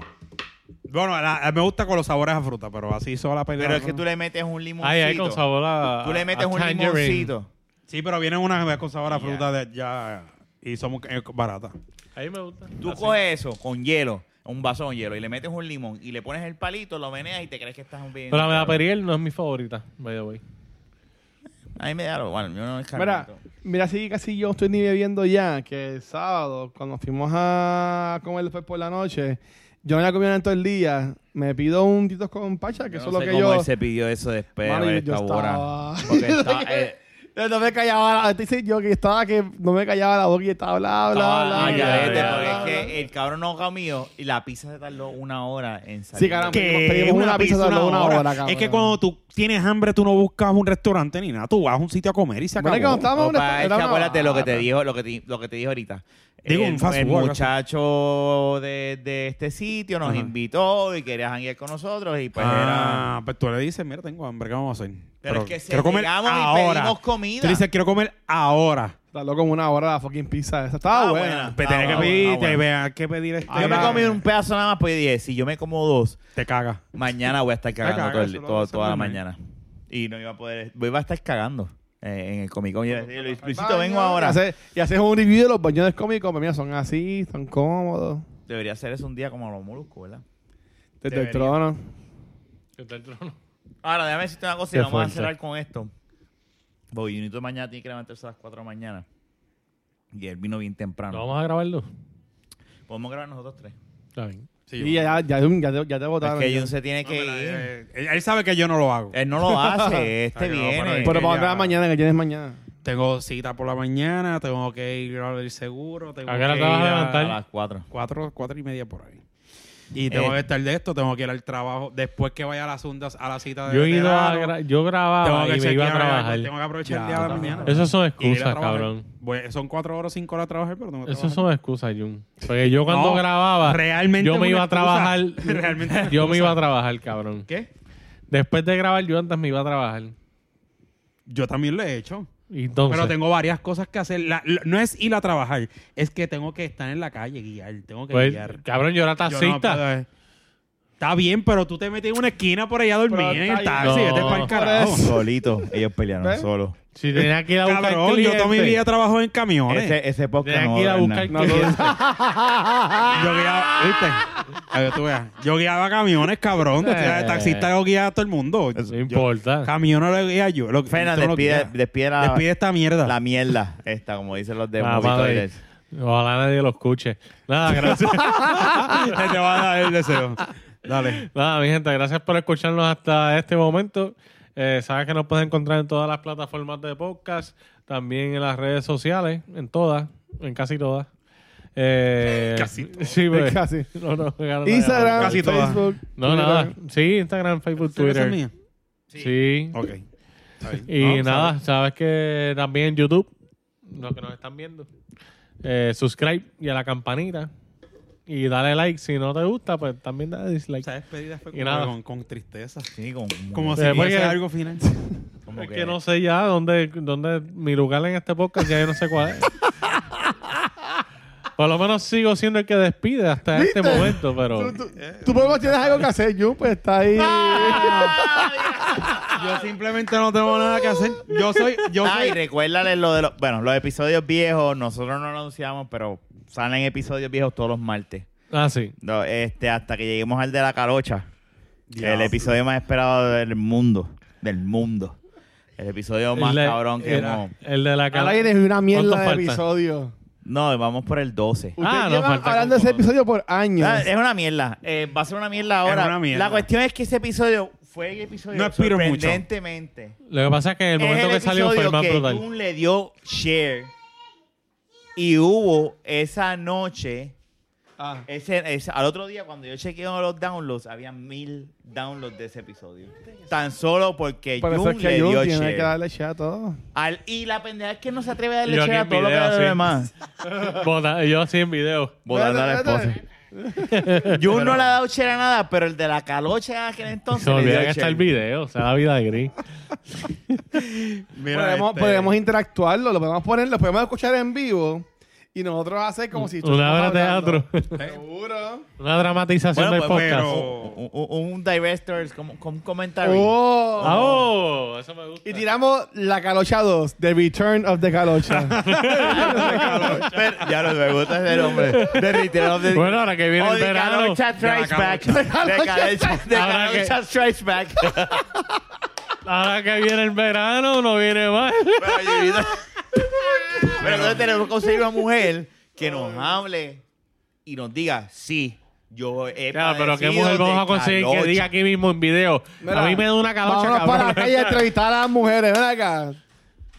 Speaker 5: Bueno, la- eh, me gusta con los sabores a fruta, pero así sola pelea.
Speaker 1: Pero es que tú le metes un limoncito.
Speaker 2: Ay, ay, con sabor a.
Speaker 1: Tú le metes
Speaker 2: a
Speaker 1: un
Speaker 2: tangerine.
Speaker 1: limoncito.
Speaker 5: Sí, pero vienen unas con sabor a
Speaker 1: Ya.
Speaker 5: fruta de- ya y son eh, baratas.
Speaker 2: Ahí me gusta.
Speaker 1: Tú
Speaker 2: Así.
Speaker 1: coges eso con hielo, un vaso con hielo, y le metes un limón y le pones el palito, lo meneas y te crees que estás un bien.
Speaker 2: Pero la medaperiel no es mi favorita, by the way.
Speaker 1: A mí me da lo bueno, yo no
Speaker 4: Mira,
Speaker 1: descargo.
Speaker 4: mira, sí, casi yo estoy ni bebiendo ya. Que el sábado, cuando fuimos a comer después por la noche, yo no había comido en todo el día. Me pido un tito con pacha, que eso es lo que yo.
Speaker 1: él se pidió eso después
Speaker 4: Mano,
Speaker 1: de
Speaker 4: yo- yo
Speaker 1: esta hora.
Speaker 4: estaba- <laughs>
Speaker 1: Porque está, eh,
Speaker 4: Yo no me callaba la dice yo que estaba que no me callaba la boca y estaba bla bla
Speaker 2: Estaba
Speaker 4: bla.
Speaker 1: ay,
Speaker 2: ya,
Speaker 1: Ah, ya,
Speaker 2: ya,
Speaker 1: vete,
Speaker 2: ya,
Speaker 1: porque
Speaker 2: ya,
Speaker 1: es que el cabrón no comió y la pizza se tardó una hora en salir.
Speaker 4: Sí, caramba, Ah, pedimos, pedimos una pizza de una hora, cabrón.
Speaker 5: Es que cuando tú tienes hambre, tú no buscas un restaurante ni nada. Tú vas a un sitio a comer y se
Speaker 4: Bueno,
Speaker 5: acabó.
Speaker 4: es que cuando estábamos en un
Speaker 1: Opa,
Speaker 4: resta-
Speaker 1: es
Speaker 4: era
Speaker 1: que
Speaker 4: una
Speaker 1: acuérdate lo que te
Speaker 4: barra.
Speaker 1: dijo, lo que te, lo que te dijo ahorita.
Speaker 5: Digo,
Speaker 1: el,
Speaker 5: un fast
Speaker 1: el
Speaker 5: food, algo
Speaker 1: muchacho de, de este sitio nos
Speaker 5: Ajá.
Speaker 1: invitó y quería janguear con nosotros y pues
Speaker 5: ah, pues tú le dices, mira, tengo hambre, ¿qué vamos a hacer?
Speaker 1: era... Pero, es que se llegamos y pedimos comida.
Speaker 5: Tú le dices, quiero comer ahora.
Speaker 4: Tardó como una hora la fucking pizza esa. Estaba
Speaker 1: Ah,
Speaker 4: buena.
Speaker 1: buena.
Speaker 5: Pero
Speaker 1: Ah,
Speaker 5: tienes
Speaker 1: bueno,
Speaker 5: que pedir,
Speaker 1: ah, bueno.
Speaker 5: te veas que pedir este.
Speaker 1: yo me
Speaker 4: Ah,
Speaker 1: comí un pedazo nada más porque dije, si yo me como dos,
Speaker 5: Te caga.
Speaker 1: mañana voy a estar cagando
Speaker 5: caga,
Speaker 1: todo el-
Speaker 5: eso lo
Speaker 1: todo-
Speaker 5: hace
Speaker 1: toda la
Speaker 5: normal.
Speaker 1: mañana. Y no iba a poder... Iba a estar cagando eh, en el Comic Con. Y yo decía, Luis- Luisito,
Speaker 4: Baño,
Speaker 1: vengo ahora.
Speaker 4: Y haces hace un review de los baños de cómicos. pero Mira, son así, son cómodos.
Speaker 1: Debería hacer eso un día como los moluscos, ¿verdad?
Speaker 4: Desde
Speaker 1: Debería.
Speaker 4: el trono.
Speaker 2: Está el trono.
Speaker 1: Ahora, déjame decirte una cosa y
Speaker 4: Qué
Speaker 1: vamos
Speaker 4: fuerte.
Speaker 1: a cerrar con esto. Porque Junito mañana tiene que levantarse a las 4 de la mañana. Y él vino bien temprano.
Speaker 2: ¿No vamos a grabarlo?
Speaker 1: Podemos grabar nosotros tres.
Speaker 2: Está bien.
Speaker 4: Y ya, ya, ya, ya te- ya te
Speaker 1: Es
Speaker 4: votaron.
Speaker 1: que Jun se tiene que ir.
Speaker 5: Eh, Él él sabe que yo no lo hago.
Speaker 1: Él no <laughs> lo hace.
Speaker 5: Ay,
Speaker 1: Este
Speaker 5: no, pero
Speaker 1: viene.
Speaker 5: es
Speaker 4: Pero
Speaker 5: que
Speaker 4: para
Speaker 5: ya-
Speaker 4: otra mañana, que tienes mañana.
Speaker 5: Tengo cita por la mañana, tengo que ir al seguro, tengo
Speaker 2: ¿A qué hora
Speaker 5: que
Speaker 2: te vas a
Speaker 5: ir
Speaker 2: levantar?
Speaker 1: a las 4.
Speaker 5: cuatro, cuatro y media por ahí. Y tengo
Speaker 1: Eh,
Speaker 5: que estar de esto, tengo que ir al trabajo. Después que vaya a las ondas, a la cita de
Speaker 2: Yo, he ido a
Speaker 5: veterano,
Speaker 2: gra- yo grababa
Speaker 5: tengo que
Speaker 2: y me iba a
Speaker 5: chequear algo,
Speaker 2: trabajar.
Speaker 5: Tengo que aprovechar el
Speaker 4: Ya,
Speaker 5: día de la
Speaker 4: también.
Speaker 5: mañana.
Speaker 2: Esas son
Speaker 5: Y ir a
Speaker 2: excusas,
Speaker 5: trabajar.
Speaker 2: cabrón.
Speaker 5: Voy- son cuatro horas, cinco horas de trabajar, pero tengo que
Speaker 2: Esas
Speaker 5: trabajar.
Speaker 2: son excusas, Jun. Porque yo cuando
Speaker 5: No,
Speaker 2: grababa,
Speaker 5: Realmente
Speaker 2: yo
Speaker 5: es
Speaker 2: me
Speaker 5: una
Speaker 2: iba a
Speaker 5: excusa.
Speaker 2: trabajar.
Speaker 5: <laughs> Realmente es una
Speaker 2: yo me iba a
Speaker 5: excusa.
Speaker 2: trabajar, cabrón.
Speaker 5: ¿Qué?
Speaker 2: Después de grabar, yo antes me iba a trabajar.
Speaker 5: Yo también lo he hecho.
Speaker 2: Y Entonces,
Speaker 5: Pero tengo varias cosas que hacer. La- la- no es ir a trabajar, es que tengo que estar en la calle, guiar. Tengo que
Speaker 2: pues,
Speaker 5: guiar.
Speaker 2: cabrón, yo era
Speaker 5: Yo no
Speaker 2: taxista.
Speaker 5: puedo- eh. Está bien, pero tú te metes en una esquina por allá a dormir
Speaker 4: Pero
Speaker 5: en
Speaker 4: está
Speaker 5: el
Speaker 4: ahí.
Speaker 5: taxi.
Speaker 2: No.
Speaker 5: Vete pa'l carajo.
Speaker 1: Solito, ellos pelearon
Speaker 4: ¿Ves?
Speaker 1: solo.
Speaker 2: si tenía que ir a buscar
Speaker 5: Cabrón, yo toda mi
Speaker 2: clientes,
Speaker 5: vida trabajo en camiones.
Speaker 1: Ese, ese podcast
Speaker 2: Tenía
Speaker 1: no,
Speaker 2: que ir a
Speaker 1: Hernán.
Speaker 2: buscar
Speaker 1: No,
Speaker 2: clientes.
Speaker 5: Yo guiaba, ¿viste? A ver, tú veas. Yo guiaba camiones, cabrón. De
Speaker 2: Eh.
Speaker 5: taxista yo guiaba a todo el mundo.
Speaker 2: No importa.
Speaker 5: Camión no lo guía yo. Lo,
Speaker 1: Fernan,
Speaker 5: tú no lo
Speaker 1: despide,
Speaker 5: guías.
Speaker 1: despide la,
Speaker 5: Despide esta mierda.
Speaker 1: la mierda, esta, como dicen los de
Speaker 2: Ah,
Speaker 1: Movito
Speaker 2: madre.
Speaker 1: Direct.
Speaker 2: Ojalá nadie lo escuche. Nada,
Speaker 1: <laughs>
Speaker 2: gracias.
Speaker 5: <laughs> Te- te va a dar el deseo. Dale.
Speaker 2: Nada, mi gente, gracias por escucharnos hasta este momento. Eh, sabes que nos puedes encontrar en todas las plataformas de podcast, también en las redes sociales, en todas, en casi todas. Eh, <laughs>
Speaker 5: Casi todas.
Speaker 2: Sí, pues.
Speaker 4: Casi.
Speaker 2: No, no, claro,
Speaker 4: Instagram,
Speaker 5: Casi todas.
Speaker 4: Facebook.
Speaker 2: No,
Speaker 4: Twitter.
Speaker 2: nada. Sí, Instagram, Facebook,
Speaker 5: ¿Esa
Speaker 2: Twitter.
Speaker 5: es mía?
Speaker 2: Sí.
Speaker 5: Ok.
Speaker 2: Y
Speaker 5: No,
Speaker 2: nada, sabes que también en YouTube, los que nos están viendo, eh, subscribe y a la campanita. Y dale like. Si no te gusta, pues también dale dislike.
Speaker 5: Esa despedida fue
Speaker 2: Y
Speaker 5: como
Speaker 2: nada.
Speaker 5: con, con tristeza.
Speaker 1: Sí, como,
Speaker 5: <laughs> Como
Speaker 2: Sí,
Speaker 5: si
Speaker 2: porque-
Speaker 5: fuese algo
Speaker 2: <laughs>
Speaker 5: final.
Speaker 1: como
Speaker 2: Es que no sé ya dónde, dónde mi lugar en este podcast, ya yo no sé cuál es. Por lo menos sigo siendo el que despide hasta este momento, pero
Speaker 4: Tú, tú por lo menos tienes algo que hacer, Jun, pues está ahí.
Speaker 2: Ah.
Speaker 1: <laughs>
Speaker 5: Yo simplemente no tengo nada que hacer. Yo soy. Yo
Speaker 1: Ay,
Speaker 5: soy
Speaker 1: Ah, recuérdale lo de los. Bueno, los episodios viejos, nosotros no anunciamos, pero salen episodios viejos todos los martes.
Speaker 2: ah, sí.
Speaker 1: No, este, hasta que lleguemos al de la carocha.
Speaker 5: Ya.
Speaker 1: El episodio más esperado del mundo. Del mundo. El episodio más
Speaker 2: El de-
Speaker 1: cabrón que
Speaker 2: el,
Speaker 1: hemos.
Speaker 2: el de la
Speaker 4: Ahora
Speaker 2: cara.
Speaker 4: tienes una mierda de
Speaker 2: falta?
Speaker 4: episodio.
Speaker 1: No, vamos por el 12.
Speaker 4: Ustedes
Speaker 2: Ah, no,
Speaker 4: llevan
Speaker 2: falta
Speaker 4: hablando de ese
Speaker 2: como-
Speaker 4: episodio por años.
Speaker 1: Ah, es una mierda. Eh, va a ser una mierda ahora.
Speaker 5: una mierda.
Speaker 1: La cuestión es que ese episodio fue el episodio
Speaker 5: No expiro mucho.
Speaker 1: sorprendentemente.
Speaker 2: Lo que pasa es que en el momento que
Speaker 1: es el
Speaker 2: salió fue el
Speaker 1: episodio
Speaker 2: más
Speaker 1: que
Speaker 2: brutal.
Speaker 1: Dune le dio share y hubo esa noche
Speaker 4: Ah.
Speaker 1: ese, ese- al otro día cuando yo chequeo los downloads había mil downloads de ese episodio tan solo
Speaker 2: eh,
Speaker 1: porque
Speaker 4: Por eso
Speaker 1: Jun
Speaker 4: es
Speaker 1: le
Speaker 4: que Jun
Speaker 1: dio
Speaker 4: tiene
Speaker 1: share
Speaker 4: que darle share a todo.
Speaker 1: Al- y la pendeja es que no se atreve a darle
Speaker 2: Yo aquí
Speaker 1: share a
Speaker 2: en
Speaker 1: todo lo que
Speaker 2: video,
Speaker 1: le da a los
Speaker 2: sí. <laughs>
Speaker 1: demás
Speaker 2: Bota- yo así
Speaker 1: <laughs>
Speaker 2: en video.
Speaker 1: votando a la
Speaker 4: Espérate,
Speaker 1: esposa Jun no le ha dado share a nada pero el de la calocha de aquel entonces
Speaker 2: Se me
Speaker 1: le dio
Speaker 2: olvida que está
Speaker 1: share.
Speaker 2: el video, o sea, la vida gris.
Speaker 5: Mira,
Speaker 4: podemos,
Speaker 5: este,
Speaker 4: podemos interactuarlo, lo podemos poner, lo podemos escuchar en vivo y nosotros hacer como si
Speaker 2: Una obra
Speaker 4: hora
Speaker 2: de teatro,
Speaker 4: Seguro.
Speaker 2: una dramatización
Speaker 1: bueno,
Speaker 2: del
Speaker 1: pues,
Speaker 2: podcast.
Speaker 5: pero-
Speaker 1: un, un- un director como, como un comentario
Speaker 4: Oh.
Speaker 2: Ah, oh, eso me gusta.
Speaker 4: Y tiramos la calocha 2, The Return of
Speaker 2: <laughs>
Speaker 4: the Calocha.
Speaker 1: <laughs> Pero, ya no me gusta ese nombre. De Return of the-
Speaker 2: Bueno, ahora que viene
Speaker 1: O
Speaker 2: el
Speaker 1: de
Speaker 2: verano.
Speaker 1: Calocha Strikes
Speaker 5: Ya,
Speaker 1: Back. <laughs> De Calocha de
Speaker 2: Ahora que-
Speaker 1: Calocha Strikes Back.
Speaker 2: Ahora que viene el verano, no viene más.
Speaker 1: Pero,
Speaker 2: <laughs>
Speaker 1: Yurita, pero entonces tenemos que conseguir una mujer que nos hable y nos diga, sí, yo he
Speaker 2: Ya, pero qué
Speaker 1: padecido de
Speaker 2: mujer vamos a conseguir
Speaker 1: calocha.
Speaker 2: que diga aquí mismo en video.
Speaker 4: Mira,
Speaker 2: a mí me da una calocha,
Speaker 4: Vámonos para la
Speaker 2: cabrón.
Speaker 4: calle a entrevistar a las mujeres, ven acá.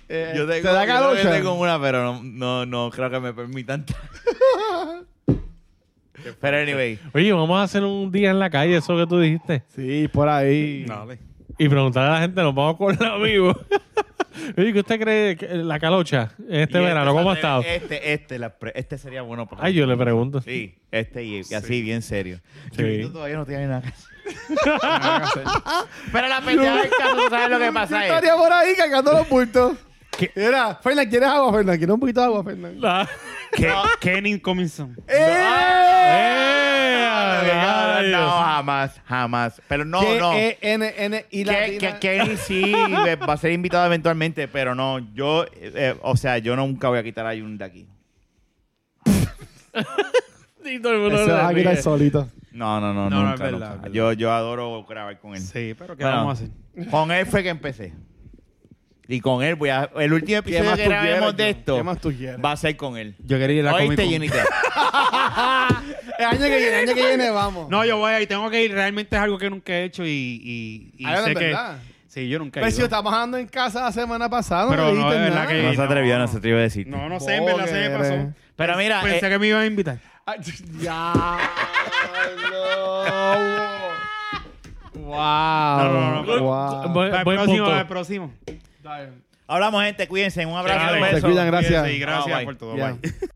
Speaker 4: Eh,
Speaker 1: Yo tengo, yo
Speaker 4: ¿Te da
Speaker 1: creo que
Speaker 4: calocha?
Speaker 1: tengo una, pero no, no, no creo que me permitan. <laughs> pero anyway.
Speaker 2: <laughs> Oye, vamos a hacer un día en la calle, eso que tú dijiste.
Speaker 4: Sí, por ahí.
Speaker 5: Dale.
Speaker 2: Y preguntar a la gente, nos vamos con la amigo. <laughs> Oye, ¿qué usted cree que la calocha este
Speaker 1: y
Speaker 2: verano? ¿Cómo ha estado?
Speaker 1: Este, este, la pre- este sería bueno para
Speaker 2: Ay, yo le pregunto. <laughs>
Speaker 1: Sí, este y, y así, bien serio.
Speaker 2: Sí.
Speaker 1: Yo todavía no tiene nada que hacer.
Speaker 2: <laughs>
Speaker 1: Pero la pendeja del caso, ¿tú sabes lo que
Speaker 4: Yo
Speaker 1: pasa? Es?
Speaker 4: estaría por ahí cargando los bultos. Era, Fernan, ¿quieres agua, Fernan? ¿Quieres un poquito de agua, Fernan?
Speaker 2: La- <laughs>
Speaker 5: Ke- Kenny Cominson.
Speaker 2: ¡Eh!
Speaker 1: No,
Speaker 2: rayos!
Speaker 1: no, jamás, jamás. Pero no, no.
Speaker 4: E N N I
Speaker 1: Que, que Kenny sí ve- va a ser invitado eventualmente, pero no, yo, eh, eh, o sea, yo nunca voy a quitar a Jun de aquí.
Speaker 2: Y todo el mundo
Speaker 4: Eso
Speaker 2: se
Speaker 4: va a
Speaker 2: ríe.
Speaker 4: quitar solito.
Speaker 1: No, no, no,
Speaker 5: No, no,
Speaker 1: nunca,
Speaker 5: es verdad,
Speaker 1: nunca.
Speaker 5: es verdad.
Speaker 1: Yo, yo adoro grabar con él.
Speaker 5: Sí, pero ¿qué
Speaker 1: Bueno.
Speaker 5: vamos a hacer?
Speaker 1: Con él fue que empecé. Y con él voy a... El último episodio
Speaker 4: más
Speaker 1: que
Speaker 4: tú
Speaker 1: grabemos
Speaker 4: quieres,
Speaker 1: de
Speaker 4: Jun? ¿Qué
Speaker 1: esto
Speaker 4: más tú quieres?
Speaker 1: va a ser con él.
Speaker 5: Yo quería ir a la Comic
Speaker 1: Oíste,
Speaker 5: Con. <laughs>
Speaker 1: Junito.
Speaker 4: El año que viene, el año que viene, vamos.
Speaker 5: No, yo voy ahí, tengo que ir. Realmente es algo que nunca he hecho y, y, y
Speaker 4: Hágalo,
Speaker 5: sé
Speaker 4: Ah, en
Speaker 5: que.
Speaker 4: verdad.
Speaker 5: Sí, yo nunca he
Speaker 4: Pero Pues si
Speaker 5: ido.
Speaker 4: estábamos hablando en casa la semana pasada,
Speaker 5: Pero
Speaker 4: no
Speaker 5: no,
Speaker 4: me dijiste
Speaker 5: de verdad
Speaker 4: nada.
Speaker 5: que-
Speaker 1: No se atrevió, no
Speaker 5: no.
Speaker 1: se atrevió a decir.
Speaker 5: No, no sé, en verdad se me pasó.
Speaker 4: Bogre.
Speaker 1: Pero mira,
Speaker 5: Pensé
Speaker 1: eh,
Speaker 5: que me iba a invitar.
Speaker 4: Ay, <laughs> Ya. no. Wow.
Speaker 5: no, no, no.
Speaker 4: Wow.
Speaker 2: Buen-
Speaker 5: Para el
Speaker 2: buen
Speaker 5: próximo,
Speaker 2: punto.
Speaker 5: para el próximo.
Speaker 1: hablamos, gente, cuídense. Un abrazo,
Speaker 5: Dale.
Speaker 1: un
Speaker 4: Se
Speaker 1: beso.
Speaker 4: cuidan, gracias.
Speaker 5: Sí, gracias
Speaker 1: Ah, bye.
Speaker 5: por todo.
Speaker 4: Ya.
Speaker 5: Bye.